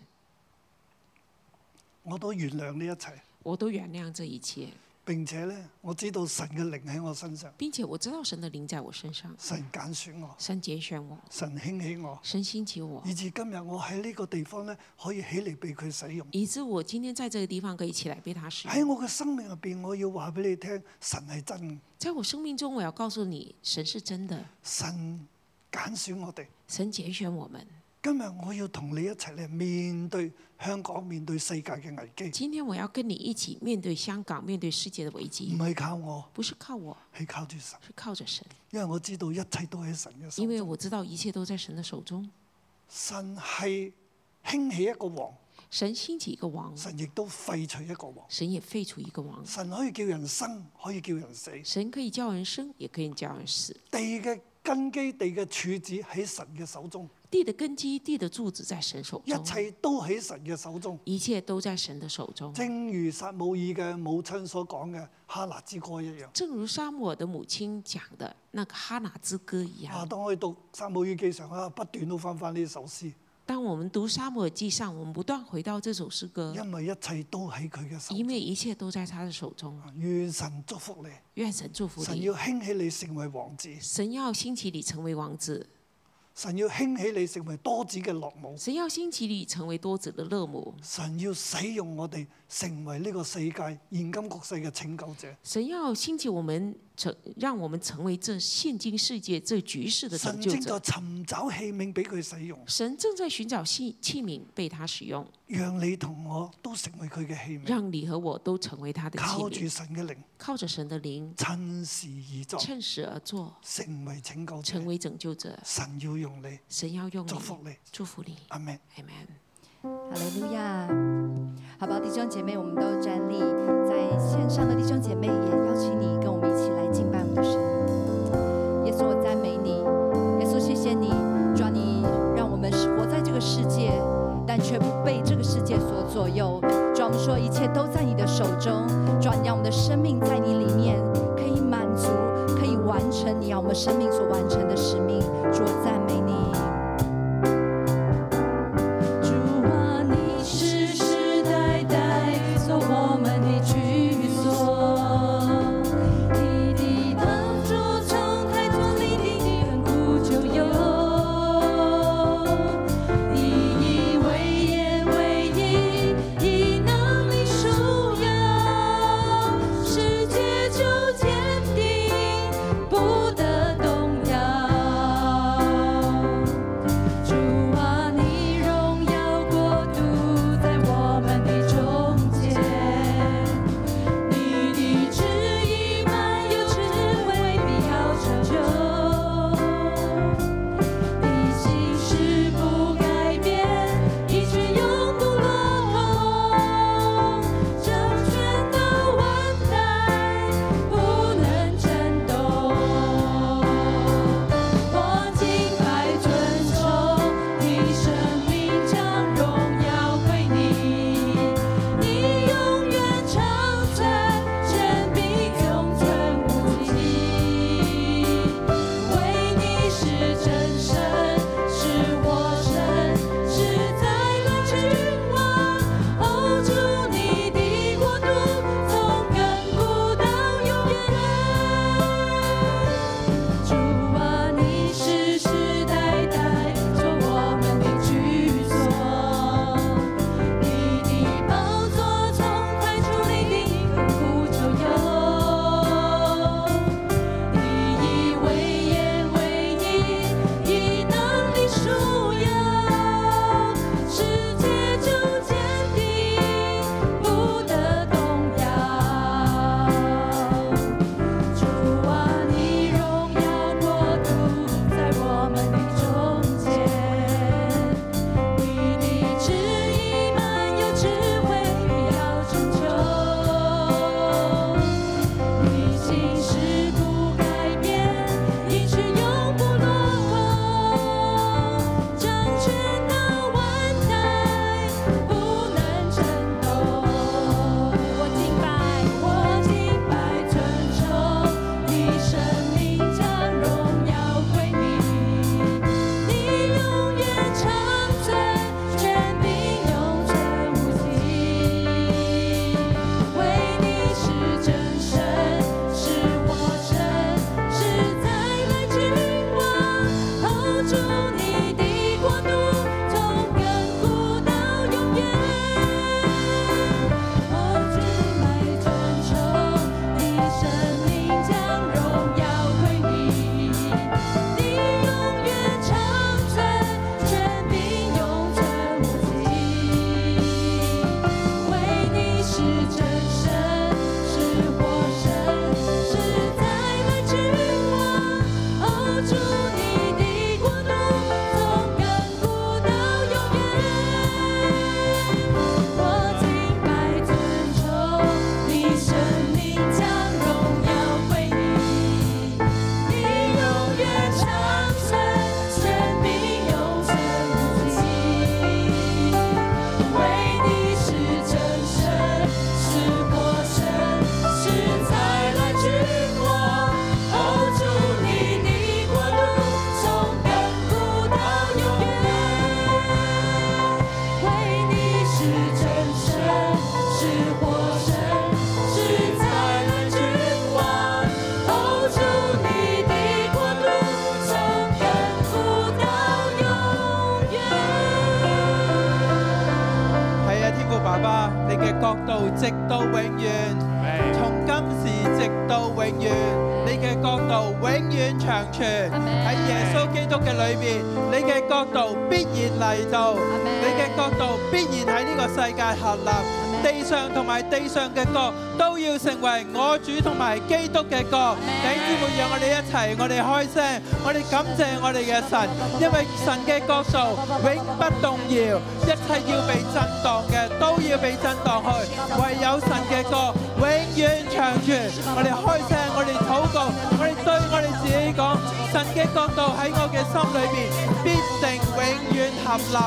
[SPEAKER 2] 我都原諒呢一切。
[SPEAKER 3] 我都原谅这一切，
[SPEAKER 2] 並且呢，我知道神嘅靈喺我身上，
[SPEAKER 3] 并且我知道神的灵在我身上，
[SPEAKER 2] 神揀選我，
[SPEAKER 3] 神拣选我，
[SPEAKER 2] 神興起我，
[SPEAKER 3] 神兴起我，
[SPEAKER 2] 以至今日我喺呢個地方呢，可以起嚟被佢使用。
[SPEAKER 3] 以致我今天在这个地方可以起来被他使
[SPEAKER 2] 喺
[SPEAKER 3] 用。
[SPEAKER 2] 我嘅生命入邊，我要話俾你聽，神係真嘅，
[SPEAKER 3] 在我生命中，我要告訴你，神是真的，
[SPEAKER 2] 神揀選我哋。
[SPEAKER 3] 神拣选我们。
[SPEAKER 2] 今日我要同你一齊嚟面對香港、面對世界嘅危機，
[SPEAKER 3] 今天我要跟你一起面对香港，面对世界的危
[SPEAKER 2] 唔
[SPEAKER 3] 机，
[SPEAKER 2] 係靠我，
[SPEAKER 3] 不是靠我，
[SPEAKER 2] 係靠住神，
[SPEAKER 3] 是靠着神。”
[SPEAKER 2] 因為我知道一切都喺神嘅手
[SPEAKER 3] 因。为我知道一切都在神的手中。
[SPEAKER 2] 神係興起一個王，
[SPEAKER 3] 神兴起一个王，
[SPEAKER 2] 神亦都廢除一個王。
[SPEAKER 3] 神也废除一个王。
[SPEAKER 2] 神可以叫人生，可以叫人死。
[SPEAKER 3] 神可以叫人生，也可以叫人死。
[SPEAKER 2] 地嘅根基、地嘅柱子喺神嘅手中，
[SPEAKER 3] 地的根基、地的柱子在神手
[SPEAKER 2] 一
[SPEAKER 3] 中，
[SPEAKER 2] 切都喺神嘅手中。
[SPEAKER 3] 一切都在神的手中。
[SPEAKER 2] 正如撒姆耳嘅母親所講嘅哈拿之歌一樣。
[SPEAKER 3] 正如沙姆尔的母亲讲的那个哈拿之歌一
[SPEAKER 2] 啊，
[SPEAKER 3] 样，
[SPEAKER 2] 當我哋讀撒姆耳記上啊，不斷都翻翻呢首詩，
[SPEAKER 3] 当我们读沙姆尔记上，我们不断回到这首诗歌，
[SPEAKER 2] 因為一切都喺佢嘅手
[SPEAKER 3] 因
[SPEAKER 2] 中。
[SPEAKER 3] 为一切都在他的手中。
[SPEAKER 2] 願神祝福你，
[SPEAKER 3] 愿神祝福
[SPEAKER 2] 神
[SPEAKER 3] 你
[SPEAKER 2] 要。興起你成為王子，
[SPEAKER 3] 神要兴起你成为王子，
[SPEAKER 2] 神要興起你成為多子嘅樂母。
[SPEAKER 3] 神要兴起你成为多子的乐母，
[SPEAKER 2] 神要使用我哋成為呢個世界現今局勢嘅拯救者。
[SPEAKER 3] 神要兴起我们成让我们成为这现今世界这局势的
[SPEAKER 2] 神
[SPEAKER 3] 拯救
[SPEAKER 2] 正
[SPEAKER 3] 者
[SPEAKER 2] 在。尋找器皿俾佢使用，
[SPEAKER 3] 神正在寻找器器皿被他使用，
[SPEAKER 2] 讓你同我都成為佢嘅器皿，
[SPEAKER 3] 让你和我都成为他的器
[SPEAKER 2] 靠
[SPEAKER 3] 皿
[SPEAKER 2] 住，神嘅靈，
[SPEAKER 3] 靠着神的灵，
[SPEAKER 2] 趁時而作，
[SPEAKER 3] 趁时而作，
[SPEAKER 2] 成為拯救者
[SPEAKER 3] 成。为拯救者。
[SPEAKER 2] 神要用你，
[SPEAKER 3] 神要用你
[SPEAKER 2] 祝，福你，
[SPEAKER 3] 祝福你
[SPEAKER 2] 阿明。
[SPEAKER 3] ，Amen。
[SPEAKER 4] 哈利路亚！好吧，弟兄姐妹，我们都站立在线上的弟兄姐妹，也邀请你跟我们一起来敬拜我们的神。耶稣，我赞美你，耶稣，谢谢你，主啊，你让我们是活在这个世界，但却不被这个世界所左右。主啊，我们说一切都在你的手中，主啊，你让我们的生命在你里面可以满足，可以完成你让我们生命所完成的使命。主，我赞美你。
[SPEAKER 5] 主啊，你世世代代做我们的居所，你的道主常开创立地，亘古就有。你以为业为义，以能力树摇，世界就坚定，不得动摇。主啊，你荣耀国度在我们的中间，你的旨意满有智慧，必要成就。你心事不改变，一直永不落空，掌权的万代不能震动。我敬拜尊崇，你生命将荣耀归你，你永远长存，生命永存无尽。为你是真神，是我神，是在乱君王，哦，主你的国度从亘古到永远。主啊，你世世代代做我们的居所，你的宝座从太初立定，亘古就有。你以为言为义，以能力树摇，世界就坚定，不得动摇。主啊，你荣耀国度在我们的中间，你的旨意满有智慧，必要成就。你心事不改变，一直永不落空，掌权的万代不能震动。我敬拜，我敬拜，尊崇你生命，将荣耀归你。你永远长存，权柄永存无尽。为你是真神，是我神，是在来君王，哦，主你的国度从亘古到永远。我敬拜尊崇，你生命将荣耀归你，你永远长存，权柄永存无尽。为你是真神，是活神，是再来之王，哦，主你的国度从亘古到永远。我敬拜尊崇，你生命将荣耀归你，你永远长存，生命永存无尽。为你是真神，是活神，是再来之王，哦，主你的国度从亘古到永远。为你是真神，是活神，是才能君王。哦，主你的国度从亘古到永远。
[SPEAKER 6] 系啊，天父爸爸，你嘅角度直到永遠，從今時直到永遠，你嘅長存
[SPEAKER 4] Amen
[SPEAKER 6] 喺耶穌基督嘅裏面，你嘅國度必然嚟到，你嘅國度必然喺呢個世界屹立，地上同埋地上嘅國都要成為我主同埋基督嘅國。弟兄姊妹，讓我哋一齊，我哋開聲，我哋感謝我哋嘅神，因為神嘅國度永不動搖，一切要被震盪嘅都要被震盪去，唯有神嘅國永遠長存。我哋開聲，我哋禱告，我哋對我哋自己講，神嘅國度喺我嘅心裏邊必定永遠合立，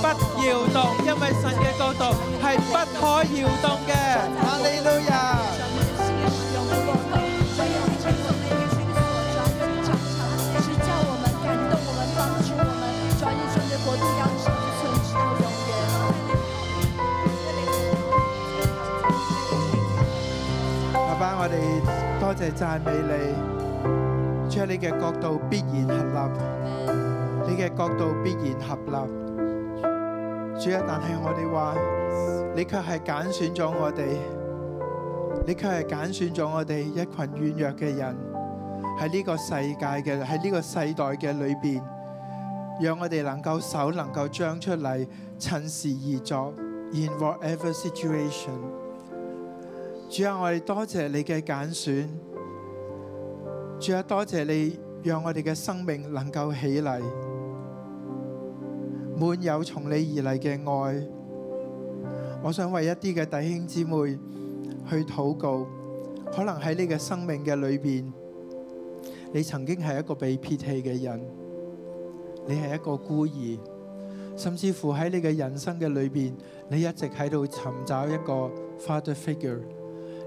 [SPEAKER 6] 不搖動，因為神嘅國度係不可搖動嘅。哈利路亞！爸爸，我哋多謝讚美你，主啊你嘅角度必然合立，你嘅角度必然合立。主啊，但係我哋話，你卻係揀選咗我哋，你卻係揀選咗我哋一群軟弱嘅人，喺呢個世界嘅喺呢個世代嘅裏邊，讓我哋能夠手能夠將出嚟，趁時而作，in whatever situation。主啊，我哋多謝你嘅揀選，主啊，多謝你讓我哋嘅生命能夠起嚟，滿有從你而嚟嘅愛。我想為一啲嘅弟兄姊妹去禱告，可能喺你嘅生命嘅裏邊，你曾經係一個被撇棄嘅人，你係一個孤兒，甚至乎喺你嘅人生嘅裏邊，你一直喺度尋找一個 father figure。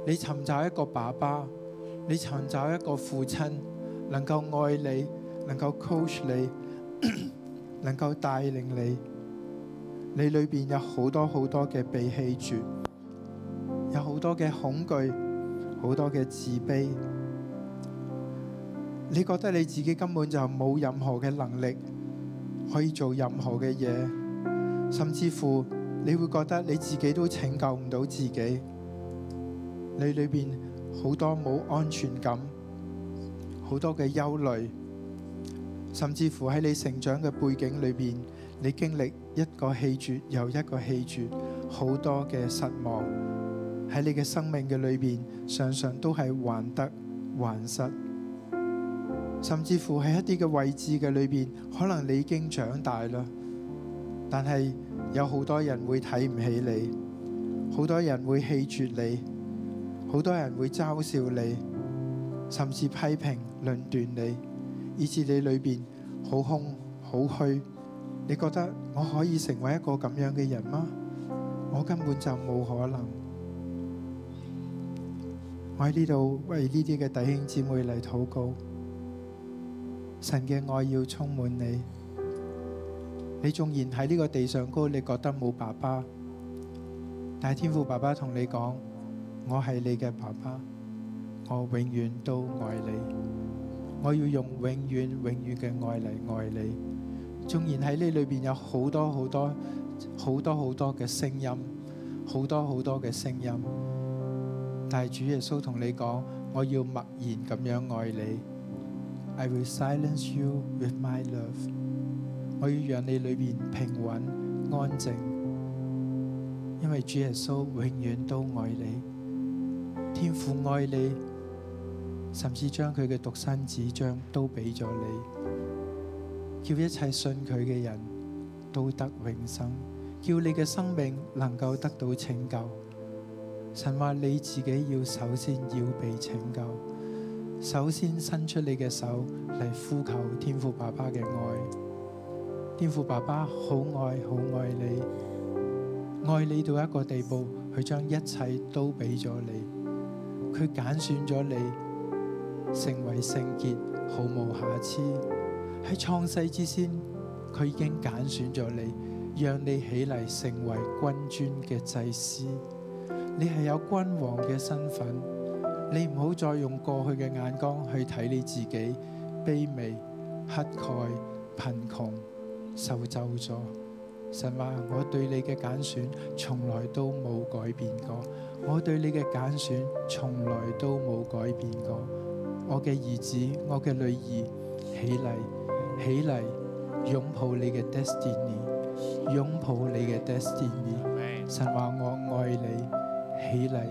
[SPEAKER 6] 你尋找一個爸爸，你尋找一個父親，能夠愛你，能夠 coach 你， (clears throat) 能夠帶領你。你裏邊有好多好多嘅被棄絕，有好多嘅恐懼，好多嘅自卑。你覺得你自己根本就冇任何嘅能力可以做任何嘅嘢，甚至乎你會覺得你自己都拯救唔到自己。你裏邊好多冇安全感，好多嘅憂慮，甚至乎喺你成長嘅背景裏邊，你經歷一個棄絕又一個棄絕，好多嘅失望喺你嘅生命嘅裏邊，常常都係患得患失，甚至乎喺一啲嘅位置嘅裏邊，可能你已經長大啦，但係有好多人會睇唔起你，好多人會棄絕你。好多人會嘲笑你，甚至批評、論斷你，以致你裏邊好空、好虛。你覺得我可以成為一個咁樣嘅人嗎？我根本就冇可能。我喺呢度為呢啲嘅弟兄姊妹嚟禱告，神嘅愛要充滿你。你縱然喺呢個地上高，你覺得冇爸爸，但係天父爸爸同你講。我係你嘅爸爸，我永遠都愛你，我要用永遠永遠嘅愛嚟愛你。縱然喺呢裏邊有好多好多好多好多嘅聲音，好多好多嘅聲音，但係主耶穌同你講，我要默然咁樣愛你。I will silence you with my love。我要讓你裏邊平穩安靜，因為主耶穌永遠都愛你。天父愛你，甚至將佢嘅獨生子將都俾咗你，叫一切信佢嘅人都得永生，叫你嘅生命能夠得到拯救。神話你自己要首先要被拯救，首先伸出你嘅手嚟呼求天父爸爸嘅愛。天父爸爸好愛好愛你，愛你到一個地步，佢將一切都俾咗你。佢揀選咗你成為聖潔，毫無瑕疵。喺創世之先，佢已經揀選咗你，讓你起嚟成為君尊嘅祭司。你係有君王嘅身份，你唔好再用過去嘅眼光去睇你自己卑微、乞丐、貧窮、受咒詛。神話我對你嘅揀選，從來都冇改變過。我對你嘅揀選從來都冇改變過，我嘅兒子、我嘅女兒，起嚟，起嚟，擁抱你嘅 destiny，擁抱你嘅 destiny。神話我愛你，起嚟，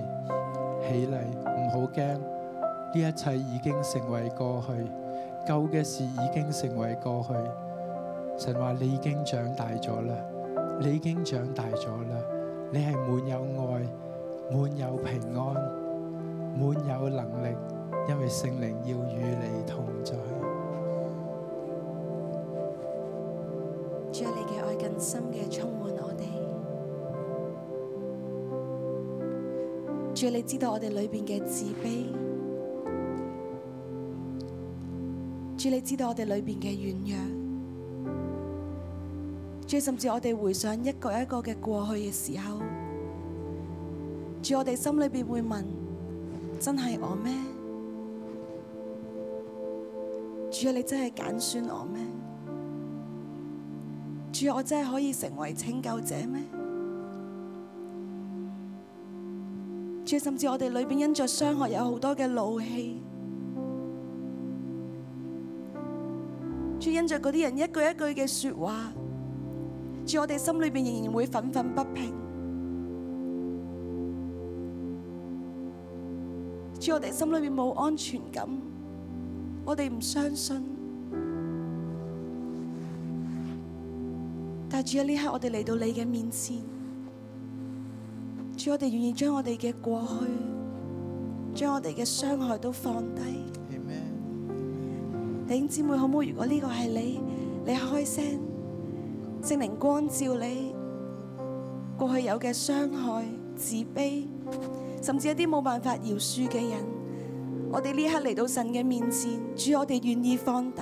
[SPEAKER 6] 起嚟，唔好驚，呢一切已經成為過去，舊嘅事已經成為過去。神話你已經長大咗啦，你已經長大咗啦，你係滿有愛，滿有平安，滿有能力。因为圣灵要与你同在。
[SPEAKER 7] 主啊，你嘅愛更深嘅充滿我哋。主啊，你知道我哋裏边嘅自卑。主，你知道我哋裏边嘅軟弱。主，甚至我哋回想一個一個嘅過去嘅時候，主，我哋心裏边會問：真係我咩？主啊，你真係揀選我咩？主，我真係可以成為拯救者咩？主，甚至我哋裏边因着傷害有好多嘅怒氣。主，因着嗰啲人一句一句嘅说話，主，我哋心裏边仍然會憤憤不平。主，我哋心裏边冇安全感，我哋唔相信。但主啊，呢刻我哋嚟到你嘅面前，主，我哋願意將我哋嘅過去，將我哋嘅傷害都放低。弟兄姊妹，好唔好？如果呢個係你，你開聲，聖靈光照你過去有嘅傷害、自卑，甚至一啲冇辦法饒恕嘅人，我哋呢刻嚟到神嘅面前，主，我哋願意放低。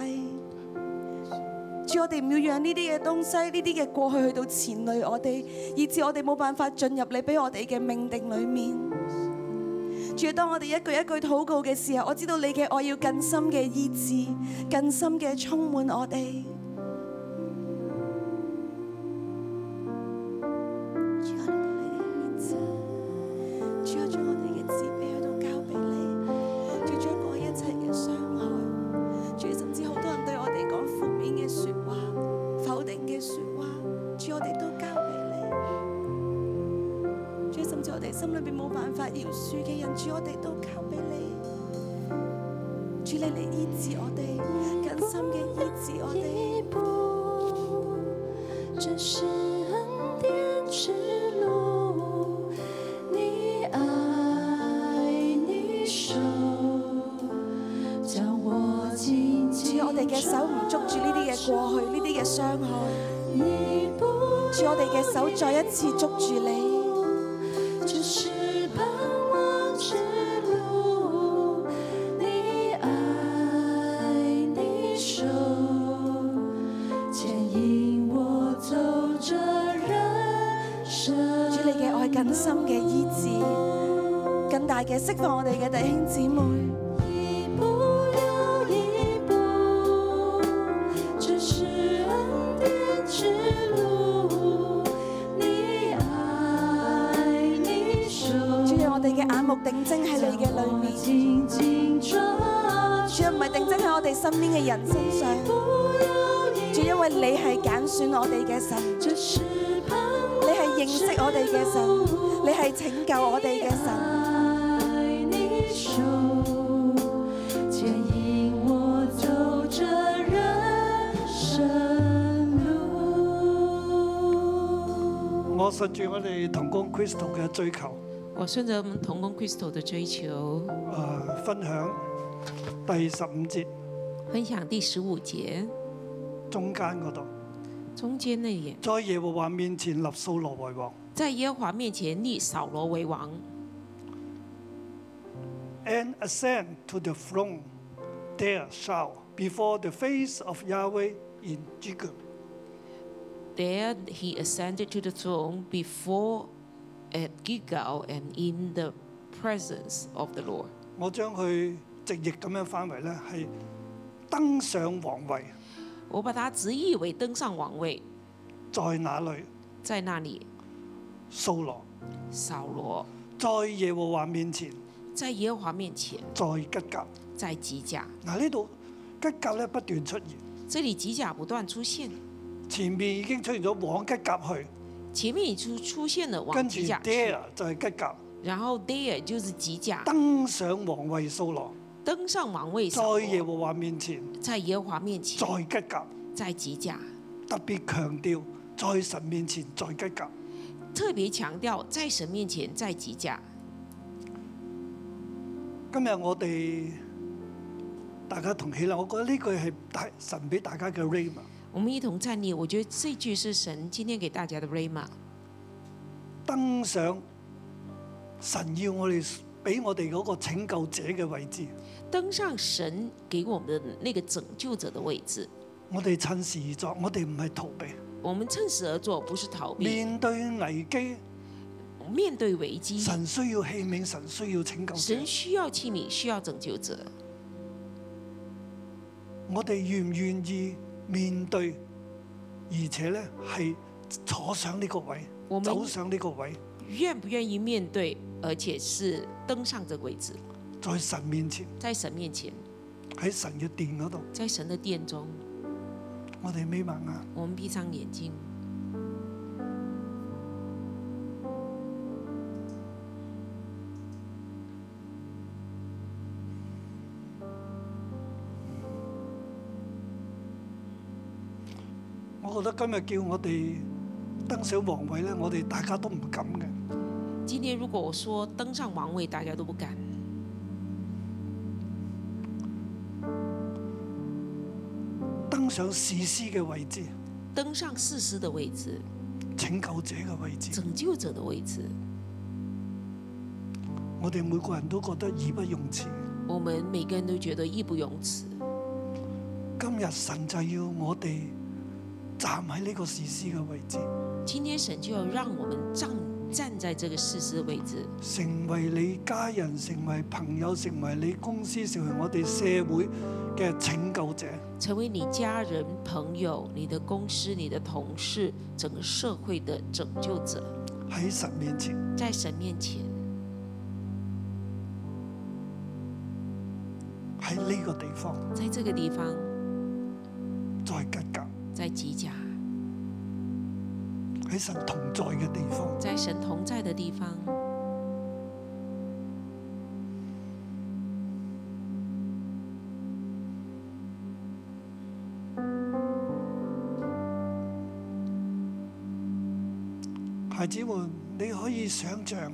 [SPEAKER 7] 主，我哋唔要讓呢啲嘅東西、呢啲嘅過去去到纏累我哋，以致我哋冇辦法進入你俾我哋嘅命定裏面。主，當我哋一句一句禱告嘅時候，我知道你嘅愛要更深嘅醫治，更深嘅充滿我哋。主，我哋到你嘅面前主，我將我哋嘅自卑去到交俾你，主將過去一切嘅傷害。主甚至好多人對我哋講負面嘅説話、否定嘅説話，主我哋都交俾你。主甚至我哋心裏邊冇辦法饒恕嘅人，主我哋都交俾你。主你嚟醫治我哋，更深嘅醫治我哋。
[SPEAKER 5] 一步，这是恩典之路。你爱，你手，将我紧
[SPEAKER 7] 主
[SPEAKER 5] 紧
[SPEAKER 7] 我哋嘅手唔捉住呢啲嘅過去、呢啲嘅傷害。
[SPEAKER 5] 一步，
[SPEAKER 7] 主我哋嘅手再一次捉住你。
[SPEAKER 5] 这是盼望之路。你爱，你手，牵引我走这人生。
[SPEAKER 7] 主你嘅愛更深嘅醫治，更大嘅釋放我哋嘅弟兄姊妹。
[SPEAKER 5] 一步又一步，这是恩典之路。你爱，你手，
[SPEAKER 7] 主啊，我哋嘅眼目定睛喺你嘅裏面，
[SPEAKER 5] 紧紧抓
[SPEAKER 7] 主啊，唔係定睛喺我哋身邊嘅人身上，
[SPEAKER 5] 不要你，
[SPEAKER 7] 主因為你係揀選我哋嘅神，
[SPEAKER 5] 这是盼
[SPEAKER 7] 你係認識我哋嘅神，你係拯救我哋嘅神。
[SPEAKER 5] 望，爱你手，牵引我走这人生路。
[SPEAKER 2] 我順住我哋同工 Crystal 嘅追求，
[SPEAKER 3] 我顺着我们童工 Crystal 的追求，
[SPEAKER 2] 誒、呃分享第十五節
[SPEAKER 3] 分享第十五节
[SPEAKER 2] 中間嗰度，
[SPEAKER 3] 中间那一页，
[SPEAKER 2] 在耶和華面前立掃羅為王。
[SPEAKER 3] 在耶和华面前立扫罗为王，
[SPEAKER 2] and ascend to the throne. There shall before the face of Yahweh in Jacob.
[SPEAKER 3] There he ascended to the throne before at Gilgal and in the presence of the Lord。
[SPEAKER 2] 我將佢直譯咁樣翻為咧，係登上皇位，
[SPEAKER 3] 我把它直译为登上王位，
[SPEAKER 2] 在那裏
[SPEAKER 3] 在那里，
[SPEAKER 2] 掃羅
[SPEAKER 3] 扫罗
[SPEAKER 2] 在耶和華面前，
[SPEAKER 3] 在耶和华面前，
[SPEAKER 2] 在吉甲，
[SPEAKER 3] 在吉甲。
[SPEAKER 2] 嗱呢度吉甲咧不斷出現，
[SPEAKER 3] 这里吉甲不断出现，
[SPEAKER 2] 前面已經出現咗往吉甲去，
[SPEAKER 3] 前面已经出現了往
[SPEAKER 2] 跟住
[SPEAKER 3] 吉甲去，
[SPEAKER 2] there 就係吉甲
[SPEAKER 3] 然後 there 就是吉甲
[SPEAKER 2] 登上皇位掃羅，
[SPEAKER 3] 登上王位
[SPEAKER 2] 在
[SPEAKER 3] 上，
[SPEAKER 2] 耶和華面前
[SPEAKER 3] 在耶和華面
[SPEAKER 2] 在
[SPEAKER 3] 前，
[SPEAKER 2] 吉甲，
[SPEAKER 3] 在吉甲。
[SPEAKER 2] 特別強調在神面前在吉甲。
[SPEAKER 3] 特别强调在神面前在吉甲。
[SPEAKER 2] 今日我哋大家同起立，我覺得呢句係大神俾大家嘅 rama。
[SPEAKER 3] 我们一同站立，我觉得这句是神今天给大家的 rama，
[SPEAKER 2] 登上神要我哋俾我哋嗰個拯救者嘅位置，
[SPEAKER 3] 登上神给我们的那个拯救者的位置。
[SPEAKER 2] 我哋趁時而作，我哋唔係逃避。
[SPEAKER 3] 我们趁势而作，不是逃避。
[SPEAKER 2] 面對危機，
[SPEAKER 3] 面对危机，
[SPEAKER 2] 神需要器皿，神需要拯救者
[SPEAKER 3] 神。需要器皿，需要拯救者。
[SPEAKER 2] 我哋願唔願意面對，而且呢係坐上呢個位
[SPEAKER 3] 我，們
[SPEAKER 2] 走上呢個位，
[SPEAKER 3] 愿不愿意面对，而且是登上这个位置，
[SPEAKER 2] 在神面前，
[SPEAKER 3] 在神面前，
[SPEAKER 2] 喺神嘅殿嗰度，
[SPEAKER 3] 在神的殿中，
[SPEAKER 2] 我哋眯埋眼。
[SPEAKER 3] 我们闭上眼睛。
[SPEAKER 2] 我覺得今日叫我哋登上皇位咧，我哋大家都唔敢嘅。
[SPEAKER 3] 今天如果我说登上王位，大家都不敢。
[SPEAKER 2] 登上士師嘅位置、
[SPEAKER 3] 登上士师的位置，
[SPEAKER 2] 拯救者嘅位置，
[SPEAKER 3] 拯救者的位置，
[SPEAKER 2] 我哋每個人都覺得義不容辭。
[SPEAKER 3] 我们每个人都觉得义不容辞。
[SPEAKER 2] 今日神就要我哋站喺呢個士師嘅位置，
[SPEAKER 3] 今天神就要让我们站站在這個事实的位置，
[SPEAKER 2] 成為你家人、成為朋友、成為你公司、成為我哋社會嘅拯救者。
[SPEAKER 3] 成为你家人、朋友、你的公司、你的同事、整个社会的拯救者，
[SPEAKER 2] 喺神面前，
[SPEAKER 3] 在神面前，
[SPEAKER 2] 喺呢個地方，
[SPEAKER 3] 在这个地方，
[SPEAKER 2] 在吉格，
[SPEAKER 3] 在吉甲，
[SPEAKER 2] 喺神同在嘅地方。
[SPEAKER 3] 在神同在的地方。
[SPEAKER 2] 孩子們，你可以想像。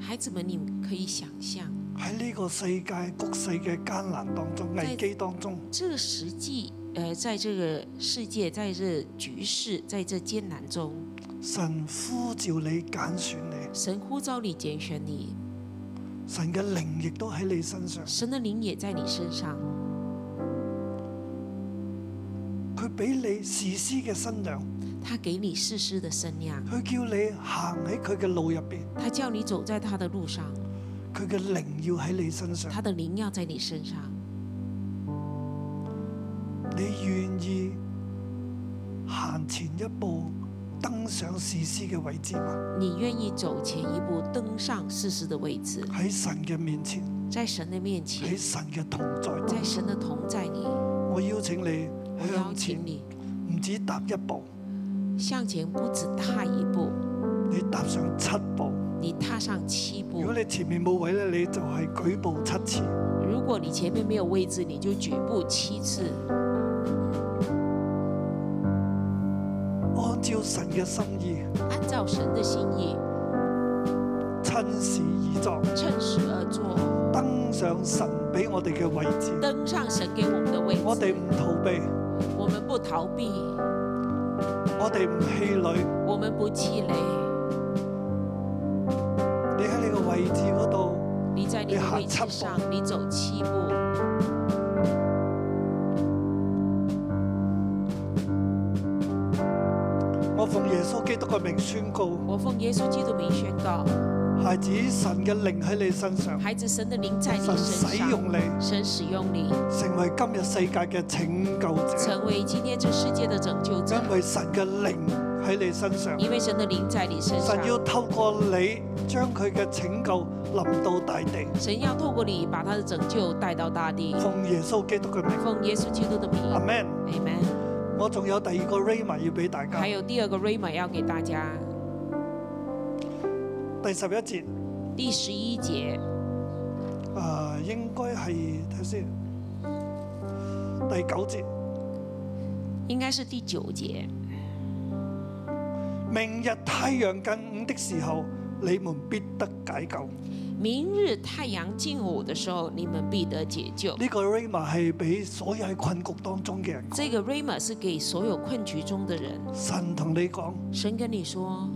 [SPEAKER 3] 孩子们，你们可以想象，
[SPEAKER 2] 喺呢個世界局勢嘅艱難當中、危機當中，
[SPEAKER 3] 这个实际，呃，在这个世界，在这局势，在这艰难中，
[SPEAKER 2] 神呼召你、揀選你，
[SPEAKER 3] 神呼召你，拣选你，
[SPEAKER 2] 神嘅靈亦都喺你身上，
[SPEAKER 3] 神的灵也在你身上，
[SPEAKER 2] 佢俾你士師嘅新娘，
[SPEAKER 3] 他给你世事的身量，
[SPEAKER 2] 佢叫你行喺佢嘅路入邊，
[SPEAKER 3] 他叫你走在他的路上，
[SPEAKER 2] 佢嘅靈要喺你身上
[SPEAKER 3] 他，的灵要在你身上。
[SPEAKER 2] 你願意行前一步登上士師嘅位置嗎？
[SPEAKER 3] 你愿意走前一步，登上世事的位置，
[SPEAKER 2] 喺神嘅面前，
[SPEAKER 3] 在神的面
[SPEAKER 2] 喺
[SPEAKER 3] 前，
[SPEAKER 2] 神嘅同在中，
[SPEAKER 3] 在神的同在里，
[SPEAKER 2] 我邀請你
[SPEAKER 3] 我邀
[SPEAKER 2] 向
[SPEAKER 3] 请
[SPEAKER 2] 前，
[SPEAKER 3] 你
[SPEAKER 2] 唔止踏一步，
[SPEAKER 3] 向前不止踏一步，
[SPEAKER 2] 你踏上七步。
[SPEAKER 3] 你踏上七
[SPEAKER 2] 如
[SPEAKER 3] 步
[SPEAKER 2] 果。你前面冇位咧，你就係舉步七次。
[SPEAKER 3] 如果你前面没有位置，你就举步七次，
[SPEAKER 2] 按照神嘅心意，
[SPEAKER 3] 按照神的心意，
[SPEAKER 2] 趁時而作，
[SPEAKER 3] 趁时而作，
[SPEAKER 2] 登上神俾我哋嘅位置。
[SPEAKER 3] 登上神给我们的位置。
[SPEAKER 2] 我哋唔逃避，
[SPEAKER 3] 我们不逃避，
[SPEAKER 2] 我哋唔氣餒。
[SPEAKER 3] 我们不气馁。
[SPEAKER 2] 你喺你個位置嗰度，
[SPEAKER 3] 你在你的位置上，你走七步，
[SPEAKER 2] 我奉耶穌基督嘅名宣告：
[SPEAKER 3] 我奉耶稣基督名宣告：
[SPEAKER 2] 孩子，神嘅靈喺你身上，
[SPEAKER 3] 孩子，神的灵在你
[SPEAKER 2] 神
[SPEAKER 3] 身
[SPEAKER 2] 使
[SPEAKER 3] 上，
[SPEAKER 2] 用你，
[SPEAKER 3] 神使用你，
[SPEAKER 2] 成為今日世界嘅拯救者。
[SPEAKER 3] 成为今天这世界的拯救者，
[SPEAKER 2] 因為神嘅靈喺你身上。
[SPEAKER 3] 因为神的灵在你身上
[SPEAKER 2] 神，要透過你將佢嘅拯救臨到大地，
[SPEAKER 3] 神要透过你把他的拯救带到大地。
[SPEAKER 2] 奉耶穌基督嘅名。
[SPEAKER 3] 奉耶稣基督的名
[SPEAKER 2] 阿 Man，
[SPEAKER 3] ，Amen。
[SPEAKER 2] 我仲有第二個 Rayma 要俾大家
[SPEAKER 3] 还。有第二个 Rama 要给大家，
[SPEAKER 2] 第十一節，
[SPEAKER 3] 第十一节
[SPEAKER 2] 啊、應該係睇先，第九節。
[SPEAKER 3] 应该是第九节。
[SPEAKER 2] 明日太陽近午的時候，你們必得解救。呢、
[SPEAKER 3] 明日太阳近午的时候，你们必得解救。
[SPEAKER 2] 個 Rayma 係俾所有喺困局當中嘅人講。
[SPEAKER 3] 这个 Rama 是给所有困局中的人。
[SPEAKER 2] 神同你講，
[SPEAKER 3] 神跟你说，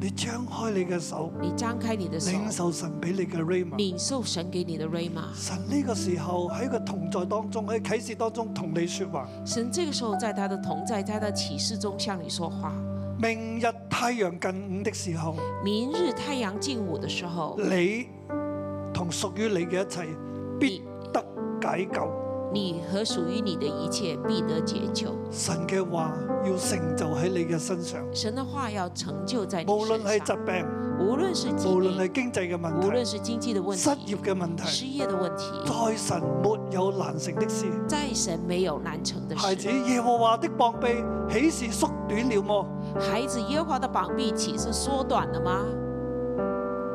[SPEAKER 2] 你張開你嘅手，
[SPEAKER 3] 你张开你的手，
[SPEAKER 2] 領受神俾你嘅 Rayma。
[SPEAKER 3] 领受神给你的 Rama。
[SPEAKER 2] 神呢個時候喺佢同在當中，喺啟示當中同你说話。
[SPEAKER 3] 神这个时候在他的同在，在他的启示中向你说话。
[SPEAKER 2] 明日太陽近午的時候，
[SPEAKER 3] 明日太阳近午的时候，
[SPEAKER 2] 你同屬於你嘅一切必得解救。
[SPEAKER 3] 你和属于你的一切必得解救。
[SPEAKER 2] 神嘅話要成就喺你嘅身上，
[SPEAKER 3] 神的话要成就在你
[SPEAKER 2] 無論係
[SPEAKER 3] 身
[SPEAKER 2] 疾
[SPEAKER 3] 上，
[SPEAKER 2] 病，
[SPEAKER 3] 无论是疾
[SPEAKER 2] 無論
[SPEAKER 3] 病，
[SPEAKER 2] 係經濟嘅問
[SPEAKER 3] 无
[SPEAKER 2] 題
[SPEAKER 3] 论。是经济的问
[SPEAKER 2] 失
[SPEAKER 3] 题
[SPEAKER 2] 業、嘅問
[SPEAKER 3] 失
[SPEAKER 2] 題，
[SPEAKER 3] 业的问题，
[SPEAKER 2] 在神沒有難成的事。
[SPEAKER 3] 在神没有难成的
[SPEAKER 2] 孩子，
[SPEAKER 3] 事。
[SPEAKER 2] 耶和華的膀臂豈是縮短了麼？
[SPEAKER 3] 孩子，耶和华的膀臂岂是缩短了吗？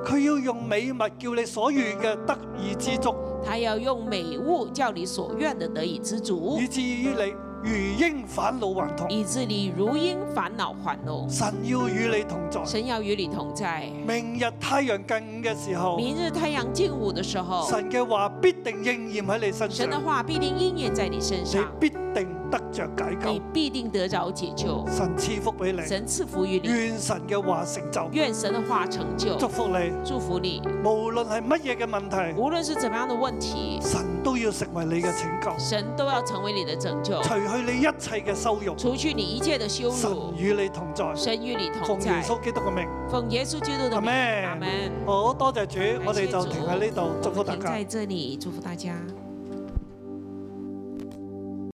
[SPEAKER 2] 佢要用美物叫你所願嘅得以知足，
[SPEAKER 3] 他要用美物叫你所愿的得以知足
[SPEAKER 2] 以，至於你如鷹返老還童。
[SPEAKER 3] 以致你如因返老还童。
[SPEAKER 2] 神要與你同在。
[SPEAKER 3] 神要与你同在。
[SPEAKER 2] 明日太陽近午嘅時候，
[SPEAKER 3] 明日太阳近午的时候，
[SPEAKER 2] 神嘅話必定應驗喺你身
[SPEAKER 3] 神的
[SPEAKER 2] 上，
[SPEAKER 3] 话必定应验在你身
[SPEAKER 2] 你
[SPEAKER 3] 上，
[SPEAKER 2] 必定得着解
[SPEAKER 3] 你
[SPEAKER 2] 救。
[SPEAKER 3] 必定得着解救。
[SPEAKER 2] 神賜福俾你，
[SPEAKER 3] 神赐福于你，
[SPEAKER 2] 願神嘅話成就，
[SPEAKER 3] 愿神的话成就，
[SPEAKER 2] 祝福你。
[SPEAKER 3] 祝福你。
[SPEAKER 2] 無論係乜嘢嘅問題，
[SPEAKER 3] 无论是怎么样的问题，
[SPEAKER 2] 神都要成為你嘅拯救。
[SPEAKER 3] 神都要成为你的拯救，
[SPEAKER 2] 除去你一切嘅羞辱，
[SPEAKER 3] 除去你一切的羞辱
[SPEAKER 2] 神。與你同在，
[SPEAKER 3] 神与你同
[SPEAKER 2] 奉耶
[SPEAKER 3] 在，
[SPEAKER 2] 穌基督嘅名，
[SPEAKER 3] 奉耶稣基督的
[SPEAKER 2] 阿
[SPEAKER 3] 名，
[SPEAKER 2] 咩？
[SPEAKER 3] 阿门。
[SPEAKER 2] 好多謝主，我哋就
[SPEAKER 3] 感谢主
[SPEAKER 2] 停喺呢度，祝福大
[SPEAKER 3] 我们停
[SPEAKER 2] 家
[SPEAKER 3] 在。这里，祝福大家。